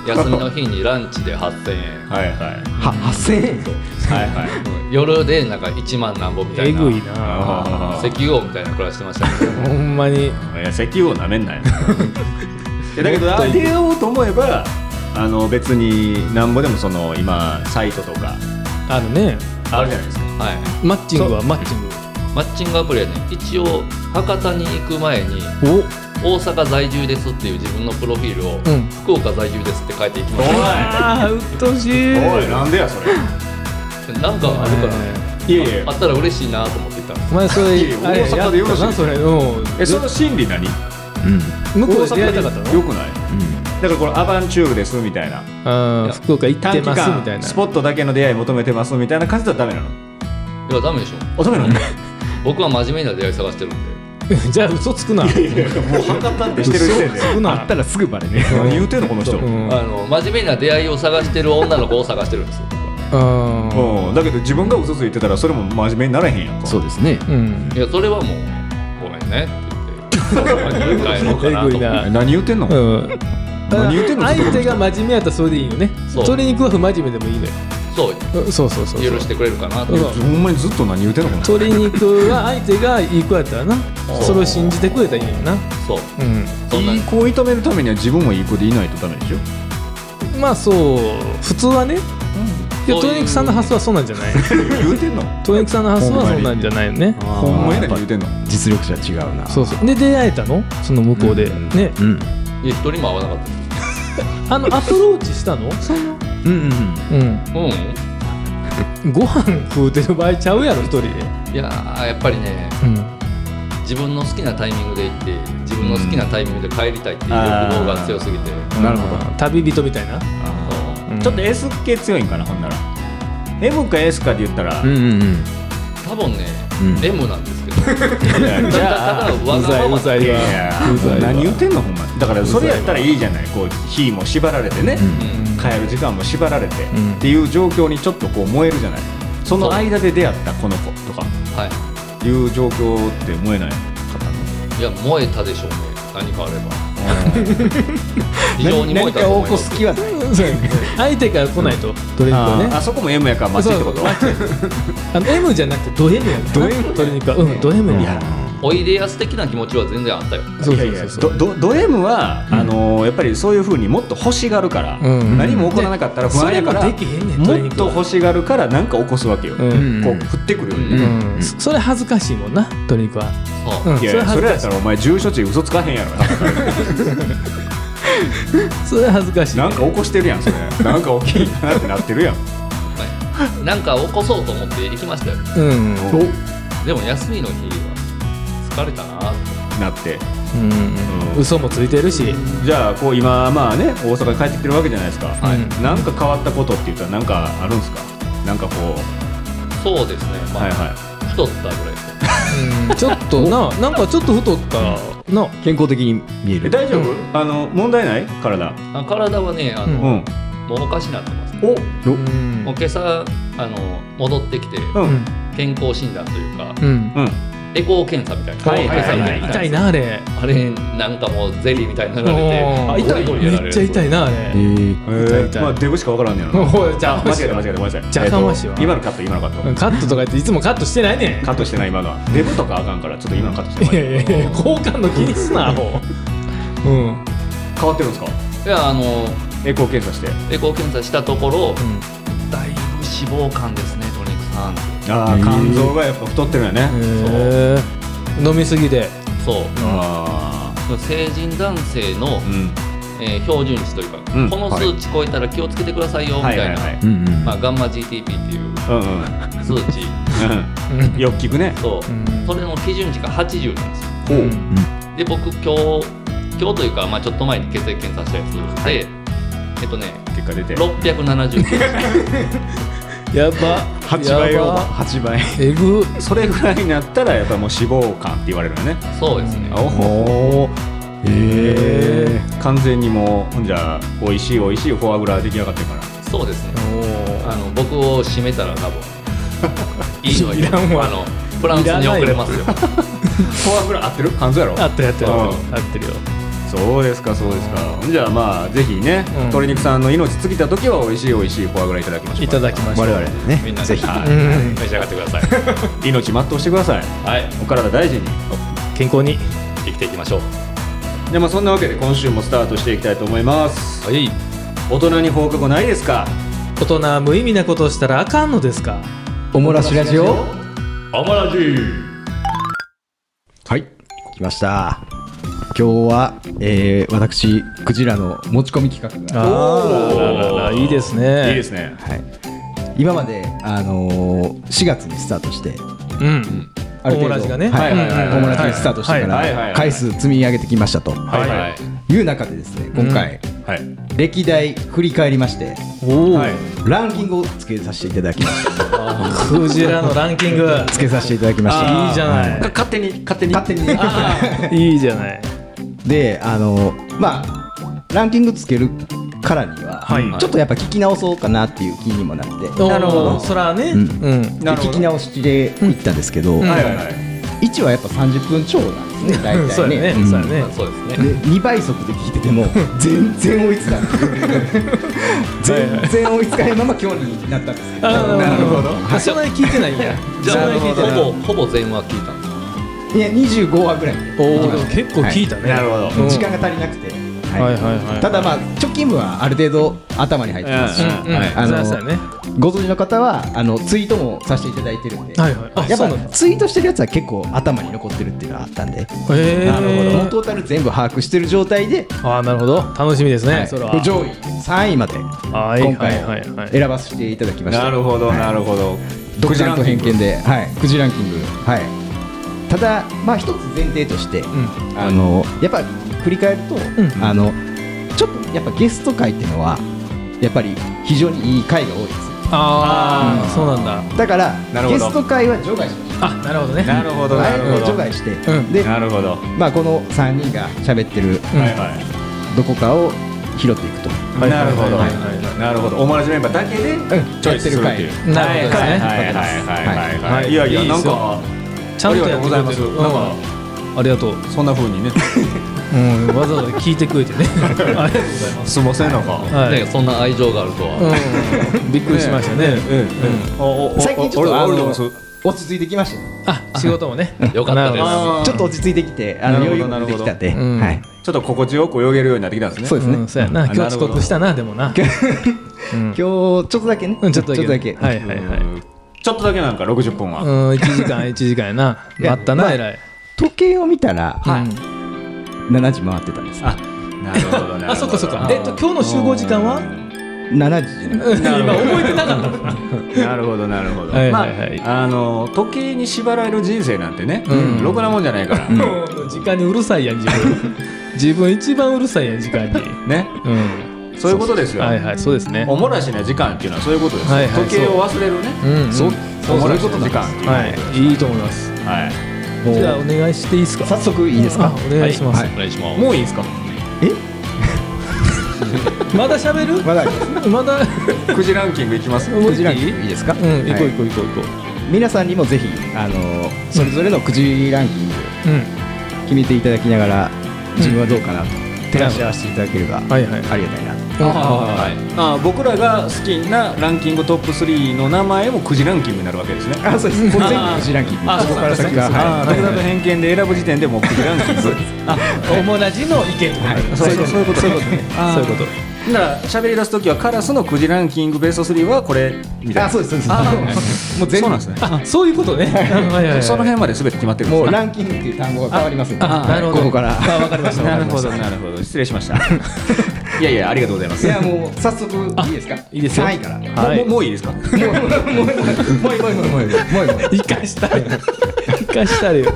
Speaker 4: 休みの日にランチで8000円
Speaker 1: はいはい
Speaker 3: は8000円
Speaker 1: はいはい
Speaker 4: 夜でなんか1万なんぼみた
Speaker 2: え
Speaker 4: いな
Speaker 2: ぐいな
Speaker 1: あ
Speaker 4: 石油王みたいな暮らしてまし たけど
Speaker 2: ほんまに
Speaker 1: あいや石油をなめんなよ いやだけどあ出会おうと思えばあの別になんぼでもその今サイトとか
Speaker 2: あるね
Speaker 1: あるじゃないですか
Speaker 4: はい
Speaker 2: マッチングはマッチング
Speaker 4: マッチングアプリはね一応博多に行く前に
Speaker 2: お
Speaker 4: 大阪在住ですっていう自分のプロフィールを、
Speaker 2: うん
Speaker 4: 福岡在住ですって書いていきまし
Speaker 2: ああうっとうしい
Speaker 1: おいなんでやそれ
Speaker 4: たなんかあるからね
Speaker 1: いやいや
Speaker 4: あったら嬉しいなと思って行ったんです
Speaker 2: お前それ
Speaker 1: いやいや
Speaker 2: あれ
Speaker 1: 大阪でよろしい
Speaker 2: やったなそれうん
Speaker 1: えその心理何
Speaker 3: うん
Speaker 2: 向こうで出会いたかったの
Speaker 1: よくないだからこれアバンチュールですみたいな
Speaker 2: あ
Speaker 4: い
Speaker 2: あ
Speaker 4: や
Speaker 2: 福岡行ってますみたいな
Speaker 1: スポットだけの出会い求めてますみたいな感じだったらダメなの
Speaker 4: いやダメでしょ
Speaker 1: あダメなの
Speaker 4: 僕は真面目な出会い探してるんで
Speaker 2: じゃあ嘘つくな
Speaker 1: もう博多ってしてる時 点で
Speaker 2: 嘘つくな
Speaker 3: あったらすぐバレね
Speaker 1: 何言うてんのこの人
Speaker 2: う
Speaker 1: うん
Speaker 2: ん
Speaker 4: あの真面目な出会いを探してる女の子を探してるんですよ僕は
Speaker 2: あ
Speaker 1: だけど自分が嘘ついてたらそれも真面目にならへんやんか
Speaker 3: そうですね
Speaker 2: ーうん
Speaker 4: いやそれはもうごめんねって言って まあ言うかやろうかな
Speaker 2: えぐ
Speaker 4: と思
Speaker 2: い
Speaker 4: っ
Speaker 2: な
Speaker 4: て
Speaker 1: 何言うてんの
Speaker 2: うん
Speaker 1: 何言うてんの
Speaker 2: 相手が真面目やったらそれでいいよね
Speaker 4: そう
Speaker 2: 鶏肉は不真面目でもいいのよ
Speaker 4: そう
Speaker 2: うんそうそうそうそう
Speaker 4: 許してくれるかなと
Speaker 2: う
Speaker 4: 思
Speaker 2: ん
Speaker 4: っ
Speaker 1: ほんまにずっと何言うてんのこの人
Speaker 2: 鶏肉は相手がいい子やったらな
Speaker 4: そう
Speaker 2: それを信じてくれたらいいのよな
Speaker 4: てそう
Speaker 2: うん
Speaker 4: そんない
Speaker 1: い子を認めるためには自分もいい子でいないとダメでしょ
Speaker 2: まあそう普通はねいや
Speaker 4: そういう
Speaker 2: 鶏肉さんの発想はそうなんじゃない
Speaker 1: 言うてんの
Speaker 2: 鶏肉さんの発想はそうなんじゃないよね
Speaker 1: ほんまに
Speaker 3: やっ
Speaker 1: 何
Speaker 3: ぱ
Speaker 1: 言うてんの
Speaker 3: 実力者違うな
Speaker 2: そうそうで出会えたのその向こうで、
Speaker 3: ん
Speaker 2: ね
Speaker 3: うん
Speaker 4: いや一人も会わなかったです
Speaker 2: あのアプローチしたの
Speaker 3: うんうん
Speaker 2: うん
Speaker 4: う
Speaker 2: ご飯食うてる場合ちゃうやろ一人で
Speaker 4: んいやーやっぱりね
Speaker 2: うん
Speaker 4: 自分の好きなタイミングで行って自分の好きなタイミングで帰りたいっていう欲望が強すぎて、
Speaker 3: なるほど
Speaker 2: 旅人みたいな、
Speaker 4: そう
Speaker 2: うん
Speaker 1: ちょっと S 系強いんかなほんなら M か S かで言ったら
Speaker 3: うんうんうん
Speaker 4: 多分ね、
Speaker 3: うん
Speaker 4: M なんですけ ど
Speaker 1: じゃあ
Speaker 4: ただわ
Speaker 2: う
Speaker 4: が
Speaker 2: ざ
Speaker 4: ま
Speaker 2: いう
Speaker 4: ま
Speaker 2: ざ
Speaker 1: い
Speaker 2: いわ
Speaker 1: やいや
Speaker 2: うざいわ
Speaker 1: 何言うてんのほんまだからそれやったらいいじゃないこう日も縛られてね、
Speaker 3: うん
Speaker 4: うん
Speaker 1: 帰る時間も縛られて、
Speaker 2: ん
Speaker 1: っていう状況にちょっとこう燃えるじゃないその間で出会ったこの子とか
Speaker 4: はい
Speaker 1: いう状況って燃えない方の
Speaker 4: いや燃えたでしょうね何かあれば非常に燃えたと思います
Speaker 3: 気はない
Speaker 2: そうやね相手から来ないと、鶏肉は
Speaker 1: あー
Speaker 2: ね
Speaker 1: あそこも M やからマジってこと
Speaker 2: そうあの M じゃなくてド M やねド M 鶏肉はうんド M
Speaker 3: い
Speaker 2: や
Speaker 3: や
Speaker 2: ね
Speaker 4: おいでやす的な気持ちは全然あったよ
Speaker 2: そう
Speaker 1: いや
Speaker 2: そう
Speaker 1: い
Speaker 2: そ
Speaker 1: や
Speaker 2: うそう
Speaker 1: どどド M は、
Speaker 2: うん
Speaker 1: あのやっぱりそういうふうにもっと欲しがるから、
Speaker 2: うん
Speaker 1: 何も起こらなかったら不安やから、
Speaker 2: それもできへんねん
Speaker 1: もっと欲
Speaker 2: し
Speaker 1: しがるから何か起こすわけよ、
Speaker 2: う
Speaker 1: こ
Speaker 2: ん
Speaker 1: う降ってくるよね、
Speaker 4: うん
Speaker 2: うんそそれ恥ずかしいもんな鶏肉は、
Speaker 4: そう
Speaker 2: うん、
Speaker 1: いやいやそ
Speaker 2: 恥
Speaker 1: れ
Speaker 2: ず
Speaker 1: や
Speaker 2: か
Speaker 1: っ
Speaker 2: しい
Speaker 1: たらお前住所地嘘つか へんやろな
Speaker 2: それは恥ずかしい
Speaker 1: なんか起こしてるやんそれ なんか起きいなってなってるやん
Speaker 4: はいなんか起こそうと思って行きましたよ
Speaker 2: うん
Speaker 1: お
Speaker 4: でも休みの日は疲れたなって
Speaker 1: なって
Speaker 2: うん嘘もついてるし
Speaker 1: じゃあこう今まあね大阪に帰ってきてるわけじゃないですか、
Speaker 2: はい
Speaker 1: なんか変わったことって言ったらなんかあるんですかなんかこう
Speaker 4: そうですねまあ、
Speaker 1: はいはい
Speaker 4: 太ったぐらいですね
Speaker 2: うんちょっとななんかちょっと太ったな
Speaker 3: 健康的に見え
Speaker 1: え
Speaker 3: る。
Speaker 1: 大丈夫、あの問題ない体
Speaker 4: あ体はねあ
Speaker 2: う
Speaker 1: うん
Speaker 4: の、
Speaker 1: お
Speaker 4: もうおかしなってます、ね、
Speaker 1: お
Speaker 2: うん
Speaker 4: もう今朝あの戻ってきて
Speaker 1: うんうん
Speaker 4: 健康診断というか、
Speaker 2: うん
Speaker 1: うん
Speaker 4: エコー検査みたいな、
Speaker 1: はいはいはい
Speaker 4: 検査みた
Speaker 2: 痛
Speaker 4: い
Speaker 2: い
Speaker 4: な
Speaker 2: なあれ
Speaker 4: あれなんかもうゼリーみたいになら
Speaker 2: おー
Speaker 4: れて
Speaker 1: あ痛い
Speaker 4: ゴリゴリやられ
Speaker 2: めっ
Speaker 4: る
Speaker 2: ちゃ痛いなあ
Speaker 3: え
Speaker 2: れ
Speaker 3: ー
Speaker 2: 痛い痛い
Speaker 1: まあデブしかわからんねやろな
Speaker 2: おいじゃあ
Speaker 1: あ間違えた間違えたごめんなさい
Speaker 2: じゃあ
Speaker 1: えっと
Speaker 2: かましは
Speaker 1: 今のカット今のカット、
Speaker 2: うんカットとか言っていつもカットしてないねん
Speaker 1: カットしてない今のはデブとかあかんからちょっと今のカットして
Speaker 2: い
Speaker 1: もら
Speaker 2: や
Speaker 1: え
Speaker 2: い
Speaker 1: る
Speaker 2: やいや好感度気にすなアホうんうん
Speaker 1: 変わってるんですか
Speaker 4: いやあの
Speaker 1: エコー検査して
Speaker 4: エコー検査したところだいぶ脂肪肝ですねトニックさん
Speaker 1: ああ肝臓がやっぱ太ってるよね、
Speaker 2: へー飲みすぎで
Speaker 4: そう
Speaker 1: ああ
Speaker 4: 成人男性の、
Speaker 1: うん
Speaker 4: えー標準値というか、
Speaker 1: うん
Speaker 4: この数値超えたら気をつけてくださいよみ
Speaker 1: は
Speaker 4: たい
Speaker 1: い
Speaker 4: な、
Speaker 1: はいはい
Speaker 3: うんうん。
Speaker 4: まあ、ガンマ GTP っていう
Speaker 1: うんうん
Speaker 4: 数値
Speaker 1: うんよく聞くね
Speaker 4: そううんそれの基準値が80なんですよ
Speaker 1: ほ
Speaker 2: う
Speaker 1: うん
Speaker 4: で僕今日今日というか、まあ、ちょっと前に血液検査したやつで、えっとね
Speaker 1: 結果出て
Speaker 4: 679
Speaker 2: やば
Speaker 1: 8倍
Speaker 2: や
Speaker 1: を
Speaker 2: ば
Speaker 1: 8倍
Speaker 2: えぐ
Speaker 1: それぐらいになったらやっぱもう脂肪肝って言われるよね
Speaker 4: そうですね
Speaker 1: おほ
Speaker 3: ええ。
Speaker 1: 完全にもうほんじゃ美味しい美味しいフォアグラ出来上がってるから
Speaker 4: そうですね
Speaker 2: お
Speaker 4: あの僕を締めたら 多分いいの
Speaker 2: いらんわ
Speaker 4: あのフランスに遅れますよ
Speaker 1: フォアグラ合ってる肝臓やろ
Speaker 2: 合ってる合ってる合っ
Speaker 1: う
Speaker 2: てる合ってるよ
Speaker 1: そうですかそうですかじゃあまあぜひね、
Speaker 2: うん
Speaker 1: 鶏肉さんの命尽きた時は美味しい美味しいフォアグラいただきましょう
Speaker 2: いただきましょう
Speaker 3: 我々でね。
Speaker 4: みんなで
Speaker 3: ぜひ。
Speaker 4: はい
Speaker 2: うん
Speaker 4: 召し上がってく ださい
Speaker 1: 命全うしてください
Speaker 4: はい
Speaker 1: お体大事に
Speaker 2: 健康に
Speaker 4: 生きていきましょう
Speaker 1: でまあそんなわけで今週もスタートしていきたいと思います
Speaker 4: はい
Speaker 1: 大人に放課後ないですか
Speaker 2: 大人は無意味なことをしたらあかんのですか
Speaker 3: おもらしラジオ。
Speaker 4: アマラジ
Speaker 3: はい。来ました。今日は、えー、私クジラの持ち込み企画が。
Speaker 2: あらららいいですね
Speaker 1: いいですね
Speaker 3: はい、今まで、あのー、4月にスタートして
Speaker 2: うん
Speaker 3: ある程
Speaker 2: オムラ
Speaker 3: 度
Speaker 2: ジがね
Speaker 3: はい
Speaker 1: はいはいはい
Speaker 3: オムラジにスタートしてか
Speaker 1: はいはいはいはい
Speaker 3: ら回数積み上げてきましたと
Speaker 1: はいはい
Speaker 3: いう中でですね今回、
Speaker 1: はい
Speaker 3: 歴代振り返りまして
Speaker 2: おお
Speaker 1: はい
Speaker 3: ランキングをつけさせていただきました
Speaker 2: クジラのランキ ング
Speaker 3: つけさせていただきました
Speaker 2: いいじゃない
Speaker 1: か勝手に勝手に
Speaker 3: 勝手に
Speaker 2: いいじゃない
Speaker 3: であのーまあランキングつけるからには、
Speaker 1: はい
Speaker 3: ちょっとやっぱ聞き直そうかなっていう気にもなって、
Speaker 2: な
Speaker 1: るほど
Speaker 2: そらねう
Speaker 3: うん
Speaker 2: ん
Speaker 3: で聞き直していったんですけど、
Speaker 2: ん
Speaker 1: はい
Speaker 3: は
Speaker 1: はいはい
Speaker 3: い1はやっぱ30分超なんですね大
Speaker 2: そう
Speaker 3: 体
Speaker 2: やね
Speaker 3: うん
Speaker 2: そうやね
Speaker 4: そうですね
Speaker 3: で2倍速で聞いて ても全然追いつかない全然追いつかないまま今日になったんですけど
Speaker 2: あー
Speaker 3: なるほど
Speaker 2: あそんなに聞いてないんや
Speaker 4: じゃ
Speaker 2: そん
Speaker 4: あ
Speaker 2: なに聞いてない
Speaker 4: ほぼほぼ全話聞いたんです
Speaker 3: いや25話ぐらいで
Speaker 2: おおでも結構聞いたね
Speaker 1: なるほど
Speaker 2: うん
Speaker 3: 時間が足りなくて、
Speaker 2: はいはいはい
Speaker 3: ただまあ貯金部はある程度頭に入ってますし、
Speaker 2: うんうん
Speaker 3: はいあ
Speaker 2: そ
Speaker 3: の
Speaker 2: らそうやね
Speaker 3: ご存知の方はあのツイートもさせていただいてるんで、
Speaker 2: はいはいあ
Speaker 3: やっ
Speaker 2: そうなん
Speaker 3: ぱ
Speaker 2: だ
Speaker 3: ツイートしてるやつは結構頭に残ってるっていうのはあったんで、
Speaker 2: へえ
Speaker 3: なるほどもうトータル全部把握してる状態で、
Speaker 2: ああなるほど楽しみです
Speaker 3: は
Speaker 2: ね
Speaker 3: い
Speaker 2: それは
Speaker 3: 上位3位まで
Speaker 2: はい
Speaker 3: 今
Speaker 2: はいはいはい
Speaker 3: 回選ばせていただきました、
Speaker 1: なるほどなるほど
Speaker 3: 独断と偏見
Speaker 1: で
Speaker 3: で、はい、くじランキング、はい、ただ、まあ、一つ前提として、
Speaker 2: うん
Speaker 3: あのやっぱり振り返ると、
Speaker 2: ん
Speaker 3: あのちょっとやっぱゲスト会っていうのはやっぱり非常にいい会が多いです
Speaker 2: あ
Speaker 1: あ
Speaker 2: あ
Speaker 1: ー
Speaker 2: そうなんだ
Speaker 3: だから
Speaker 1: なるほど
Speaker 3: ゲスト会は除外しまし
Speaker 2: あなるほどね
Speaker 1: なるほ
Speaker 3: た
Speaker 1: どなるほ
Speaker 3: 除
Speaker 1: ど
Speaker 3: 外して、
Speaker 2: うん
Speaker 3: で、
Speaker 1: なるほどは
Speaker 3: まあ、この3人が喋ってる
Speaker 1: いは
Speaker 3: どこかを拾っていくと、
Speaker 1: いなるほど
Speaker 2: はいはいはい
Speaker 1: なるほどオマラジメンバーだけで
Speaker 3: うん
Speaker 1: チョイスするっていう
Speaker 3: や
Speaker 2: ってる会なるほど
Speaker 1: はいはい
Speaker 2: ね
Speaker 1: はいはいはいはい
Speaker 2: はい
Speaker 1: いやいや
Speaker 2: いい
Speaker 1: な
Speaker 2: で
Speaker 1: ん
Speaker 2: すよ
Speaker 1: か
Speaker 2: ちゃんとやってくれてる
Speaker 1: ありがとうございますなん
Speaker 2: うん
Speaker 1: か
Speaker 2: ありがとう
Speaker 1: そんな風にね
Speaker 2: うんわざわざ聞いてくれてねありがとうございます
Speaker 1: すみませんなんか
Speaker 2: は
Speaker 4: ねそんな愛情があるとは、
Speaker 2: い、うん、びっくりしましたね
Speaker 1: うんうんおおお
Speaker 3: 最近ちょっと
Speaker 1: 俺
Speaker 3: あの
Speaker 1: 俺でもそう
Speaker 3: 落ち着いてきましたね
Speaker 2: あ仕事もね
Speaker 4: よかったです
Speaker 2: なるほ
Speaker 1: あー
Speaker 3: ちょっと落ち着いてきてあの
Speaker 1: なるほ
Speaker 3: 余
Speaker 1: ど
Speaker 3: 裕もできたんで、
Speaker 2: なるほどうん
Speaker 3: はい、
Speaker 1: ちょっと心地よく泳げるようになってきたんですね
Speaker 3: そう
Speaker 2: ど
Speaker 3: ですね、
Speaker 2: うんそうやな今日遅刻したなでもなうん
Speaker 3: 今日ちょっとだけね、
Speaker 2: うんちょっとだけはい
Speaker 1: うん
Speaker 2: はいはい
Speaker 1: ちょっとだけなんか60分は、
Speaker 2: うん1時間1時間や な
Speaker 3: いや
Speaker 2: 待った
Speaker 3: ま
Speaker 2: な
Speaker 3: あ
Speaker 2: えらい
Speaker 3: 時計を見たら、
Speaker 2: うん
Speaker 3: 7時回ってたんです
Speaker 1: あなるほどなるほど
Speaker 2: あそっかそっか
Speaker 1: あー
Speaker 2: えっと今日の集合時間は
Speaker 3: 7時じゃな
Speaker 1: な
Speaker 2: 今
Speaker 3: い
Speaker 1: るほど
Speaker 2: 覚 えてなかった
Speaker 1: なるほどなるほど
Speaker 2: はいはいはい
Speaker 1: まああの時計に縛られる人生なんてね、
Speaker 2: うん
Speaker 1: ろくなもんじゃないから、
Speaker 2: もう時間にうるさいやん自 分自分一番うるさいやん時間に
Speaker 1: ね
Speaker 2: うん
Speaker 1: そういうことですよ、
Speaker 2: はいはいそうですね
Speaker 1: おもらしな時間っていうのはそういうことですよ、
Speaker 2: はいはい
Speaker 1: 時計を忘れるね、
Speaker 2: うんうん
Speaker 1: そう
Speaker 2: そう
Speaker 1: おもらし
Speaker 2: そういうこと
Speaker 1: な時間っていうのは
Speaker 2: はいいいと思います
Speaker 1: はい
Speaker 3: もう
Speaker 2: じゃあお願いしていいですか
Speaker 3: 早速いいですか
Speaker 2: あお願いします
Speaker 4: はお願いします
Speaker 2: もういいですか
Speaker 3: え
Speaker 2: まだ喋る
Speaker 3: まだ
Speaker 2: まだ
Speaker 1: 9時ランキングいきます
Speaker 2: もう
Speaker 3: ク
Speaker 2: 一
Speaker 3: ジラ
Speaker 2: 回
Speaker 3: ンキングいいですか、
Speaker 2: うん行こう
Speaker 3: はい
Speaker 2: 行こう行こう行こ
Speaker 3: 皆さんにもぜひあのそれぞれのくじランキング
Speaker 2: ううん
Speaker 3: 決めていただきながら自分はどうかなと照らし
Speaker 2: な
Speaker 3: 合わせていただければあ
Speaker 2: は
Speaker 3: り
Speaker 2: いはい
Speaker 3: がたいなと
Speaker 2: あ
Speaker 4: はい
Speaker 1: あ僕らが好きなランキングトップ3の名前も9時ランキングになるわけですね
Speaker 3: あそうですこれ全部
Speaker 1: あー
Speaker 3: くじランキング
Speaker 1: あ
Speaker 3: ここから先がは
Speaker 1: あー独断と偏見で選ぶ時点でもう9時ランキングあ
Speaker 2: 同じの意見
Speaker 3: い
Speaker 1: そう
Speaker 3: い
Speaker 1: そうそういうことそういうことねあー
Speaker 2: そういうこと
Speaker 1: だから喋り出す時はカラスの9時ランキングベスト3はこれみたいな
Speaker 3: あそうですそうです
Speaker 1: あ
Speaker 3: もう全
Speaker 1: そうな
Speaker 3: 部
Speaker 1: んですね
Speaker 2: あそういうことねはいはいはい
Speaker 1: その辺まで全て決まってるんで
Speaker 3: も
Speaker 1: す
Speaker 3: う
Speaker 1: ね
Speaker 3: ランキングっていう単語が変わりますんで
Speaker 2: あなるほど
Speaker 3: ここから
Speaker 2: あわかりました
Speaker 1: なるほどなるほど失礼しま したいやいやありがとうございま
Speaker 3: い
Speaker 1: す
Speaker 3: やもう早速いいですか
Speaker 2: いいですよ
Speaker 3: 3位からも
Speaker 2: はい
Speaker 1: もうもういいですか
Speaker 3: うもうもうもうもうもうもうもうもうもうもうもう
Speaker 2: 生かしたい生かしたいよ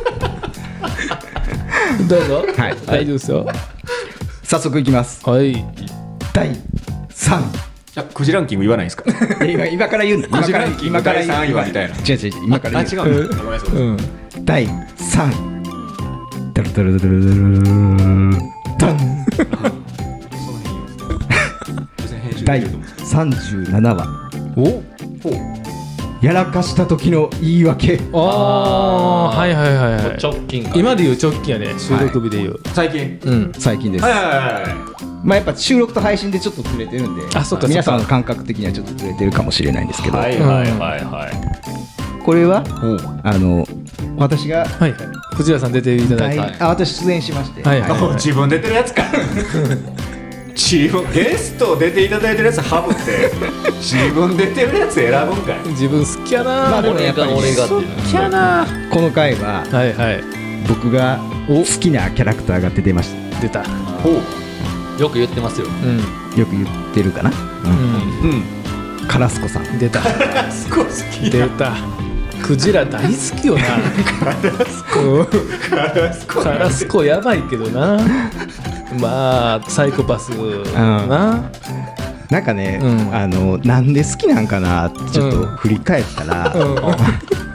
Speaker 2: どうぞ、
Speaker 3: はい
Speaker 2: 大丈夫ですよ
Speaker 3: 早速いきます
Speaker 2: はい
Speaker 3: 第3
Speaker 1: あ9時ランキング言わないんですか
Speaker 3: 位いや今今から言うんだ今から
Speaker 1: くじラ
Speaker 3: 今
Speaker 1: ンキング
Speaker 3: から言う
Speaker 1: 第三位はみたいな
Speaker 3: 違う違う違う今から言う
Speaker 1: あ違うんだごめんなさい
Speaker 2: うん
Speaker 3: 第3位ドルドルドルドルドルダン 第37話
Speaker 2: お
Speaker 3: やらかした時の言い訳
Speaker 2: ああーはいはいはい
Speaker 4: も
Speaker 2: は
Speaker 4: う
Speaker 2: い
Speaker 4: 直近から
Speaker 2: 今で言う直近やね収録日で言う、
Speaker 1: 最近
Speaker 2: うん
Speaker 3: 最近です、
Speaker 1: はいはいはい
Speaker 3: まあやっぱ収録と配信でちょっとずれてるんで
Speaker 2: あそっかそっか
Speaker 3: 皆さんの感覚的にはちょっとずれてるかもしれないんですけど、
Speaker 1: はいはいはいはい
Speaker 3: これは
Speaker 1: お
Speaker 3: あの私が、
Speaker 2: はいはい藤田さん出ていただいて、
Speaker 3: 大あ私出演しまして、
Speaker 2: はいはい
Speaker 1: お自分出てるや つか自分ゲスト出ていただいてるやつハブって自分出てるやつ選ぶんかい
Speaker 2: 自分好きやな、
Speaker 3: まあでも
Speaker 4: 俺が俺がっていう
Speaker 1: キャな
Speaker 3: この回は
Speaker 2: はいはい
Speaker 3: 僕が好きなキャラクターが出てまし
Speaker 2: 出た
Speaker 1: ほう
Speaker 4: よく言ってますよ
Speaker 2: うん
Speaker 3: たよく言ってるかな、
Speaker 2: う
Speaker 1: うん
Speaker 3: カラスコさん
Speaker 2: ん出た
Speaker 1: すごい好き
Speaker 2: 出 たクジラ大好きよなうん
Speaker 1: カラスコ
Speaker 2: カラスコやばいけどなまあサイコパスな
Speaker 3: なんかね、
Speaker 2: うん
Speaker 3: あのなんで好きなんかなってちょっと
Speaker 2: うん
Speaker 3: 振り返ったら、
Speaker 2: うん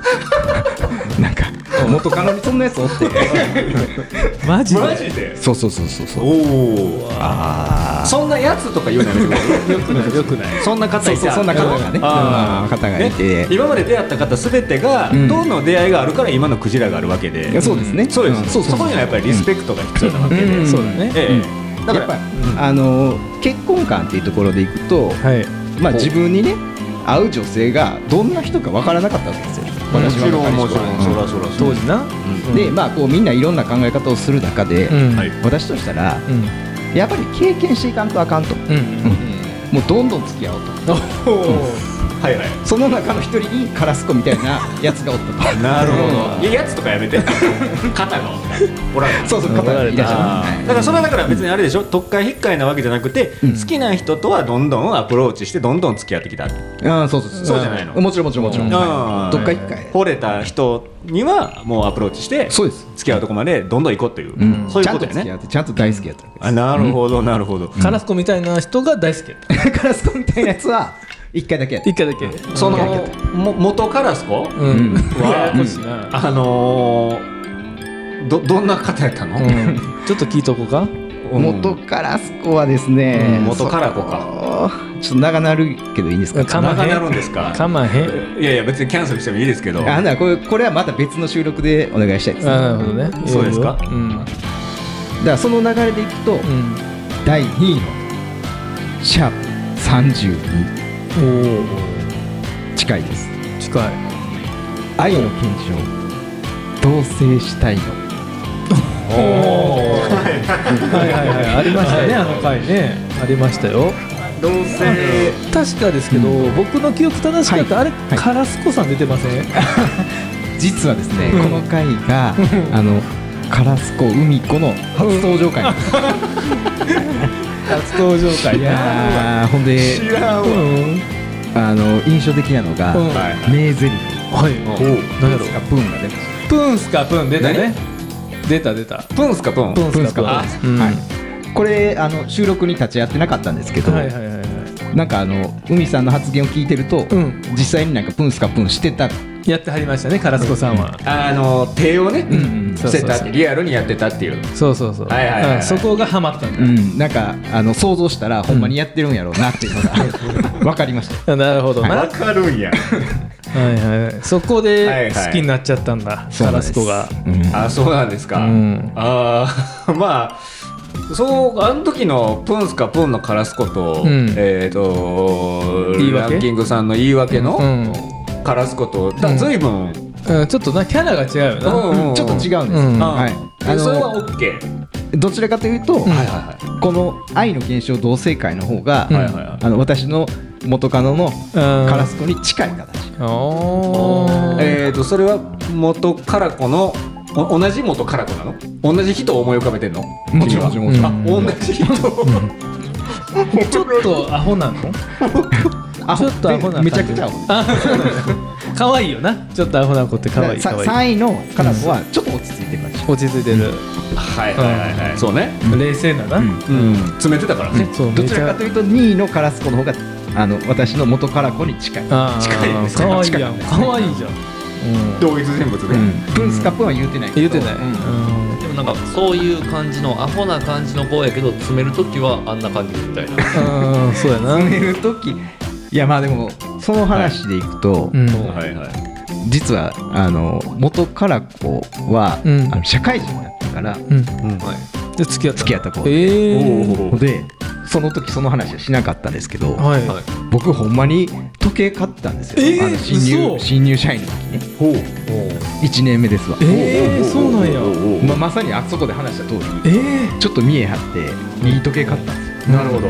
Speaker 3: なんか元カノにそんなやつおって
Speaker 2: マジで
Speaker 1: マジで
Speaker 3: そうそうそうそうそう
Speaker 1: おお
Speaker 3: あ
Speaker 1: そんなやつとか言うのやめてください
Speaker 2: よくないよくない
Speaker 1: そんな方
Speaker 3: そ
Speaker 1: いう
Speaker 3: そう
Speaker 1: た
Speaker 3: そんな方がね
Speaker 1: あー
Speaker 3: うん方がいて、
Speaker 1: 今まで出会った方すべてが、
Speaker 3: うん
Speaker 1: どうの出会いがあるから今のクジラがあるわけで、
Speaker 3: いやそうですね、
Speaker 1: そうです、
Speaker 3: ん
Speaker 1: そこにはやっぱりリスペクトが必要なわけで、
Speaker 3: うん
Speaker 2: そうだね
Speaker 1: ええだ
Speaker 3: だ
Speaker 1: か
Speaker 3: から
Speaker 1: ら
Speaker 3: やっぱ、あの結婚観っていうところでいくと、
Speaker 2: はい
Speaker 3: まあ
Speaker 4: ほう
Speaker 3: 自分にね会う女性がどんな人かわからなかったわけですよ、
Speaker 1: も
Speaker 3: 私
Speaker 1: ち
Speaker 3: は
Speaker 1: ろん
Speaker 3: 若い
Speaker 1: もち
Speaker 3: 人
Speaker 1: ろ
Speaker 3: は
Speaker 1: ん、そらそらそ
Speaker 2: 当
Speaker 1: ら
Speaker 2: 時な
Speaker 3: うんでまあこうみんないろんな考え方をする中で、
Speaker 2: うん
Speaker 1: はい
Speaker 3: 私としたら
Speaker 2: うん
Speaker 3: やっぱり経験していかんとあかんとも
Speaker 2: うん
Speaker 3: うどんどん付き合おうと
Speaker 2: おお
Speaker 1: はいはい
Speaker 3: その中の一人にカラスコみたいなやつがおったと
Speaker 1: なるほどいややつとかや めて肩がおらん
Speaker 3: そうそう方がいらっしゃ
Speaker 1: あ
Speaker 3: る
Speaker 1: ーだからそれはだから別にあれでしょ特会引っかいなわけじゃなくて、
Speaker 3: うん
Speaker 1: 好きな人とはどんどんアプローチしてどんどん付き合ってきた、
Speaker 3: ああそうそうそう
Speaker 1: そうじゃないの
Speaker 3: もちろんもちろんもちろん
Speaker 1: あー
Speaker 3: どっか一回
Speaker 1: 惚れた人にはもうアプローチして
Speaker 3: そうです
Speaker 1: 付き合うとこまでどんどん行こうという、
Speaker 3: うん
Speaker 1: そう
Speaker 3: ち
Speaker 1: い
Speaker 3: ゃ
Speaker 1: うんことと
Speaker 3: 付
Speaker 1: や
Speaker 3: き
Speaker 1: ね
Speaker 3: 合ってちゃんと大好きやったわけで
Speaker 1: あ
Speaker 3: す
Speaker 1: なるほどなるほど、
Speaker 2: カラスコみたいな人が大好きやった
Speaker 3: カラスコみたいなやつは一回だけやった
Speaker 2: 一回だけ
Speaker 1: その
Speaker 2: うん
Speaker 1: も元カラスコ、
Speaker 2: うん
Speaker 1: うん
Speaker 2: ややこしいな
Speaker 1: あのー、どどんな方やったの、
Speaker 2: うんちょっと聞いとこうか
Speaker 1: うん
Speaker 3: 元カラスコはですね、
Speaker 1: うん元カラコか
Speaker 3: そうちょっと長なるけどいいんですか
Speaker 2: かま
Speaker 1: 長
Speaker 2: へ
Speaker 1: なるん
Speaker 2: ん
Speaker 1: ですか
Speaker 2: かまへん
Speaker 1: いやいや別にキャンセルしてもいいですけど
Speaker 3: あなこれこれはまた別の収録でお願いしたいです、
Speaker 2: あ
Speaker 3: だか
Speaker 2: なるほどねいいよ
Speaker 1: そうですか
Speaker 2: うん
Speaker 3: らその流れでいくと、
Speaker 2: うん
Speaker 3: 第2位のシャープ32
Speaker 2: おお
Speaker 3: 近いです
Speaker 2: 近い
Speaker 3: 愛の検証同棲したいよ
Speaker 2: はいはいはいありましたねあの回ねありましたよ
Speaker 1: 同棲
Speaker 2: 確かですけど、僕の記憶正しかった、あれ、カラスコさん出てません、
Speaker 3: 実はですね、
Speaker 2: うん
Speaker 3: この回があのカラスコ海子の初登場回、
Speaker 2: 初登場会
Speaker 3: いやーほんで
Speaker 1: ら
Speaker 2: うん、
Speaker 3: あの印象的なのが、
Speaker 2: うん
Speaker 1: はい
Speaker 3: 名ゼリフ
Speaker 2: はい、何やろ
Speaker 3: がプーンが出まし
Speaker 2: プーンスかプーン出たね出た出た
Speaker 3: たプーンスかプー
Speaker 2: プーンス
Speaker 3: ス
Speaker 2: か
Speaker 3: か
Speaker 2: プ
Speaker 3: プ
Speaker 2: ーンスうん
Speaker 3: ーンスはい、これあの収録に立ち会ってなかったんですけど、
Speaker 2: はいはいはいはい
Speaker 3: なんかあの海さんの発言を聞いてると、
Speaker 2: うん
Speaker 3: 実際になんかプンスカプンしてた
Speaker 2: やってはりましたねカラスコさんは、
Speaker 1: あの手をね
Speaker 3: ん
Speaker 2: そう
Speaker 1: し
Speaker 2: そ
Speaker 1: て
Speaker 2: うそう
Speaker 1: たってリアルにやってたっていう
Speaker 2: そうそうそう、
Speaker 1: はいはいはいはい
Speaker 2: うんそこがハマったんだ、
Speaker 3: うん、なんかあの想像したらほんまにやってるんやろうなっていうのが 分かりました
Speaker 2: あなるほどな、は
Speaker 1: わかるん や
Speaker 2: いはいはい、そこ
Speaker 1: はいは
Speaker 2: で
Speaker 1: い
Speaker 2: 好きになっちゃったんだ、カ
Speaker 3: そうなん
Speaker 2: ラ
Speaker 3: で
Speaker 2: ス
Speaker 3: す
Speaker 2: コが
Speaker 3: うん
Speaker 1: あそうなんですか、
Speaker 2: うん
Speaker 1: ああ まあそうあの時のプンスかプンのカラスコと、
Speaker 2: うん
Speaker 1: えっ、と
Speaker 2: 言い訳
Speaker 1: ランキングさんの言い訳
Speaker 2: う
Speaker 1: の
Speaker 2: ん
Speaker 1: カラスコと、
Speaker 2: うん
Speaker 1: ずいぶん、
Speaker 2: うん、ちょっとなキャラが違うよな、
Speaker 1: うん
Speaker 3: ちょっと違うんです、
Speaker 2: うん
Speaker 3: はい、あ
Speaker 1: あそれは
Speaker 3: の
Speaker 1: OK、
Speaker 3: どちらかというと、
Speaker 2: ん
Speaker 1: はいはいは
Speaker 3: この「愛の現象同性会」の方が、
Speaker 2: うん
Speaker 1: いはいはいはい
Speaker 3: あの私の元カノの
Speaker 2: うん
Speaker 3: カラスコに近い形、
Speaker 2: おー
Speaker 1: えー、とそれは元カラコのお同じ元カラコなの同じ人を思い浮かべてんの
Speaker 3: もちろんもちろんもちろん、
Speaker 1: 同じ人を
Speaker 2: ちょっとアホなの
Speaker 3: あ
Speaker 2: ちょっとアホな感じ
Speaker 3: めちゃくちゃアホ
Speaker 2: あそうなの可愛いよなちょっとアホな子って可愛い可愛い
Speaker 3: 3位のカラスコはちょっと落ち着いてる感じ、
Speaker 2: 落ち着いてる、
Speaker 1: はいはいはいはいそうね、
Speaker 2: 冷静なな、
Speaker 3: うん
Speaker 1: うん、詰めてたからね、
Speaker 2: そう
Speaker 3: どちらかというと2位のカラスコの方があの私の元カラコに近い、
Speaker 2: あー
Speaker 1: 近いですね
Speaker 2: 可愛いやん
Speaker 3: 近いですね
Speaker 2: 可愛いじゃん、うん、
Speaker 1: 同一人物で、
Speaker 3: プンスカプンは言うてないけ
Speaker 2: 言
Speaker 3: ど
Speaker 2: うてない、
Speaker 3: うん
Speaker 2: うん
Speaker 4: でもなんかそういう感じのアホな感じの子やけど詰める時はあんな感じみたいな
Speaker 2: うんそうやな
Speaker 3: 詰める時いやまあでもその話でいくと、
Speaker 2: うん
Speaker 1: はいはい
Speaker 3: 実はあの元カラコは、
Speaker 2: うん
Speaker 3: あの社会人になってから
Speaker 2: うん
Speaker 1: はい
Speaker 2: で付き合った
Speaker 3: 付き合った子
Speaker 2: ええ
Speaker 1: おー
Speaker 3: でその時その話はしなかったんですけど、
Speaker 2: はい、
Speaker 4: はい
Speaker 3: 僕ほんまに時計買ったんですよ、
Speaker 2: えー
Speaker 3: あの新
Speaker 2: 嘘
Speaker 3: 入新入社員の時ね
Speaker 1: ほう
Speaker 3: 1年目ですわ、
Speaker 2: ええそうなんや
Speaker 3: まあまさにあそこで話した通り
Speaker 2: え
Speaker 3: ちょっと見え張っていい時計買ったんですよ
Speaker 1: なるほど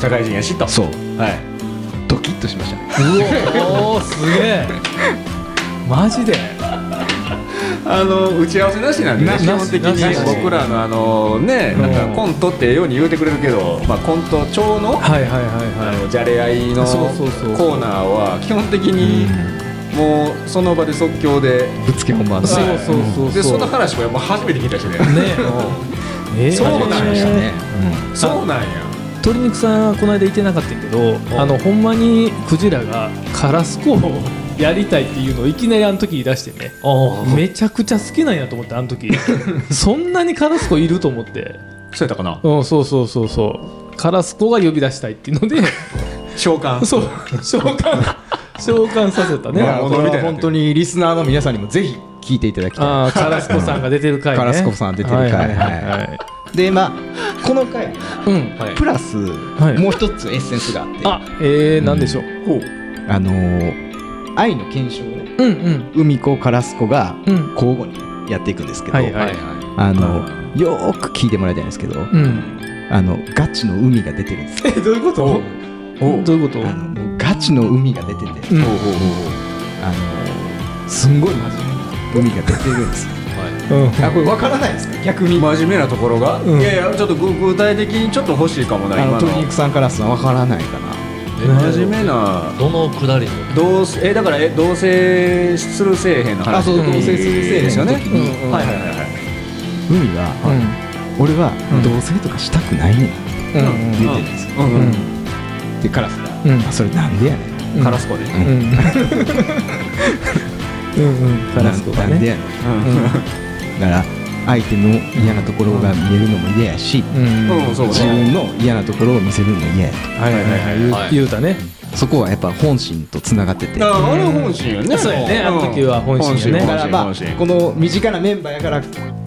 Speaker 1: 社会人やしと
Speaker 3: そう
Speaker 1: はい
Speaker 3: ドキッとしましたね
Speaker 2: えおおすげえマジで
Speaker 1: あの打ち合わせなしなんでね
Speaker 2: なし
Speaker 1: 基本的
Speaker 2: な
Speaker 1: に
Speaker 2: し
Speaker 1: 僕らのあのねなんかコントってええように言うてくれるけど、まあ、コント調の
Speaker 2: はいはいはい
Speaker 1: あ
Speaker 2: は
Speaker 1: のじゃれ合いのコ
Speaker 2: そうそうそう
Speaker 1: ーナーは基本的にもうその場で即興で
Speaker 3: ぶっつけ本番
Speaker 2: い
Speaker 3: の
Speaker 2: そう
Speaker 1: はい
Speaker 2: そうそう
Speaker 1: でそ
Speaker 2: そ
Speaker 1: ん
Speaker 2: う
Speaker 1: な話ももう初めて聞いたしね
Speaker 2: ねええー
Speaker 1: そうなんや
Speaker 3: う ん
Speaker 1: そうなんや
Speaker 2: 鶏肉さんはこの間いてなかったんやけどあのほんまにクジラがカラスコをやりたいっていうのをいきなりあの時言い出してねめちゃくちゃ好きなんやと思ってあの時そんなにカラスコいると思って
Speaker 1: そうやったかな
Speaker 2: うんそうそうそうそうカラスコが呼び出したいっていうので
Speaker 1: 召喚
Speaker 2: そう召喚召喚させた
Speaker 3: い
Speaker 2: ね
Speaker 3: や
Speaker 1: まあ
Speaker 3: これ
Speaker 1: 踊りみたに
Speaker 3: はい
Speaker 1: なってる
Speaker 3: 本当にリスナーの皆さんにもぜひ聞いていただきた
Speaker 2: ああカラスコさんが出てる回ね
Speaker 3: カラスコさん出てる回
Speaker 2: はいはいはいはい
Speaker 3: いでまあこの回
Speaker 2: うん
Speaker 4: はい
Speaker 3: プラス
Speaker 2: い
Speaker 3: もう一つエッセンスがあって
Speaker 2: あえー、なんでしょう
Speaker 1: ほう
Speaker 3: あのー愛の検証をね
Speaker 2: うんうん
Speaker 3: 海子カラスコが
Speaker 2: うん
Speaker 3: 交互にやっていくんですけど
Speaker 2: はいはい
Speaker 1: い
Speaker 3: あのよーく聞いてもらいたいんですけど
Speaker 2: うん
Speaker 3: あのガチの海が出てるんですよ
Speaker 2: えどういうこと
Speaker 1: ほうほう
Speaker 2: どういうこと
Speaker 3: あのもうガチの海が出てて
Speaker 2: うん
Speaker 1: ほうほうほう
Speaker 3: あのすんごい真面目な海が出てるんですよ
Speaker 2: うん
Speaker 3: あこれわからないですか逆に
Speaker 1: 真面目なところが、
Speaker 2: うん
Speaker 1: いやいやちょっと具具体的にちょっと欲しいかもな
Speaker 3: あの
Speaker 1: 今
Speaker 3: 鶏
Speaker 1: の
Speaker 3: 肉さんからさんわからないかな
Speaker 1: 真面目な
Speaker 4: どのくだりも
Speaker 1: 同棲えだからえ同棲するせえへんの話
Speaker 3: あそう
Speaker 2: 同棲する
Speaker 3: せえへん
Speaker 1: ですよね、
Speaker 2: うんうん
Speaker 1: はいはいはいはい
Speaker 3: 海が、俺は
Speaker 2: うん
Speaker 3: 同棲とかしたくないねんって
Speaker 2: うん
Speaker 3: 言ってるんですよ、
Speaker 1: うん
Speaker 2: うん
Speaker 1: うん
Speaker 3: でカラスが、
Speaker 2: うん
Speaker 3: あそれなんでやねん
Speaker 2: うん
Speaker 1: カラスコで、
Speaker 2: うんうんうんカラスコが
Speaker 3: ななん
Speaker 2: ね
Speaker 3: でやねん
Speaker 1: うん
Speaker 3: だから相手の嫌なところが見えるのも嫌やし、
Speaker 2: うん
Speaker 1: うんそう
Speaker 3: 自分の嫌なところを見せるのも嫌や
Speaker 2: はいはいはい言う
Speaker 4: はい
Speaker 2: 言うたね
Speaker 3: とそこはやっぱ本心とつながってて
Speaker 1: だ
Speaker 3: だ
Speaker 1: からあれは本心よね、
Speaker 2: そうやねあの時は本心よね
Speaker 3: か
Speaker 1: 本
Speaker 3: ら
Speaker 1: 心
Speaker 3: まあ
Speaker 1: 本心
Speaker 3: この身近なメンバーやから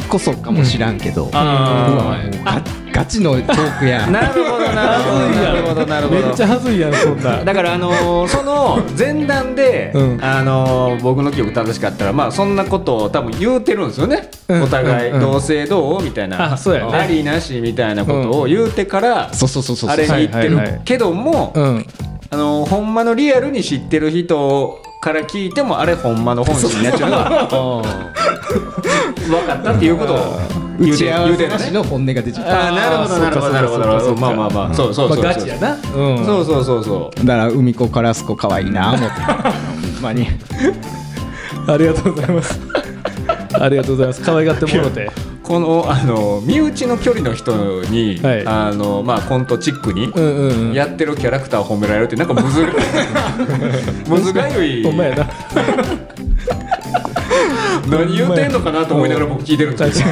Speaker 3: こそかもしらんけど、うわ
Speaker 2: あ
Speaker 3: もうガガチのトークや ん
Speaker 1: なるほどなるほどなるほどなる
Speaker 2: あ
Speaker 1: ほ
Speaker 2: め
Speaker 1: ど
Speaker 2: っちゃはずいやんそんな
Speaker 1: だからあのーその前段で、
Speaker 2: うん
Speaker 1: あのー僕の記憶正しかったらまあそんなことを多分言うてるんですよね、
Speaker 2: うん
Speaker 1: お互い、
Speaker 2: うんうん
Speaker 1: 同性どうみたいな
Speaker 2: あそうやね
Speaker 1: ありなしみたいなことを言うてから、
Speaker 3: そうそうそうそう
Speaker 1: あれに言って
Speaker 2: はいはいは
Speaker 1: る
Speaker 2: い
Speaker 1: けども、
Speaker 2: うん
Speaker 1: あのーほんまのリアルに知ってる人から聞いてもあれほんまの本心になっちゃうから分かったっていうことを言
Speaker 3: 打
Speaker 1: うて
Speaker 3: ち合
Speaker 1: 言
Speaker 3: わ
Speaker 1: うて
Speaker 3: せ
Speaker 1: るね
Speaker 3: なしの本音が出ちゃった
Speaker 1: あーなるほどなるほどなるほどなるほどまあまあまあそうそう
Speaker 2: ま
Speaker 1: そ
Speaker 2: あ
Speaker 1: うそう
Speaker 2: ガチやなうん
Speaker 1: そうそうそうそう
Speaker 3: だから海子カラスコ可愛いな思って ほんまに
Speaker 2: ありがとうございます ありがとうございます可愛がってもろて
Speaker 1: このあの身内の距離の人に、
Speaker 2: はい
Speaker 1: あのまあ、コントチックに
Speaker 2: うんうんうん
Speaker 1: やってるキャラクターを褒められるってなんかむずむずがゆい
Speaker 2: ほんまやな
Speaker 1: 何言うてんのかなと思いながら僕聞いてるんですよ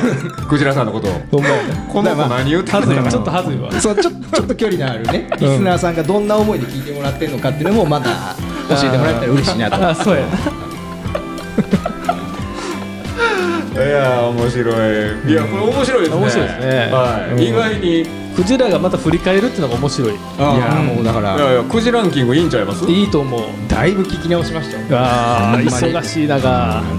Speaker 1: クジラさんのことを
Speaker 2: ほんまやな
Speaker 1: この子何言うてん
Speaker 2: は
Speaker 1: の
Speaker 2: ず
Speaker 1: か
Speaker 2: い
Speaker 1: な
Speaker 2: ちょっとはずいわ
Speaker 3: そうちょちょっと距離のあるねリスナーさんがどんな思いで聞いてもらってるのかっていうのもまだ教えてもらえたら嬉しいなと
Speaker 2: あそうやない
Speaker 1: やー面白いいやこれ面白いですね
Speaker 2: 面白いですね
Speaker 1: はい
Speaker 2: うん
Speaker 1: 意外にい
Speaker 2: クジラがまた振り返るってのが面白い
Speaker 3: いや
Speaker 1: や
Speaker 3: もうだから
Speaker 1: いやクジランキングいいんちゃいます
Speaker 2: いいと思う
Speaker 3: だいぶ聞き直しましたよ
Speaker 2: あ
Speaker 3: ほ
Speaker 2: ー
Speaker 3: んまに
Speaker 2: 忙しい中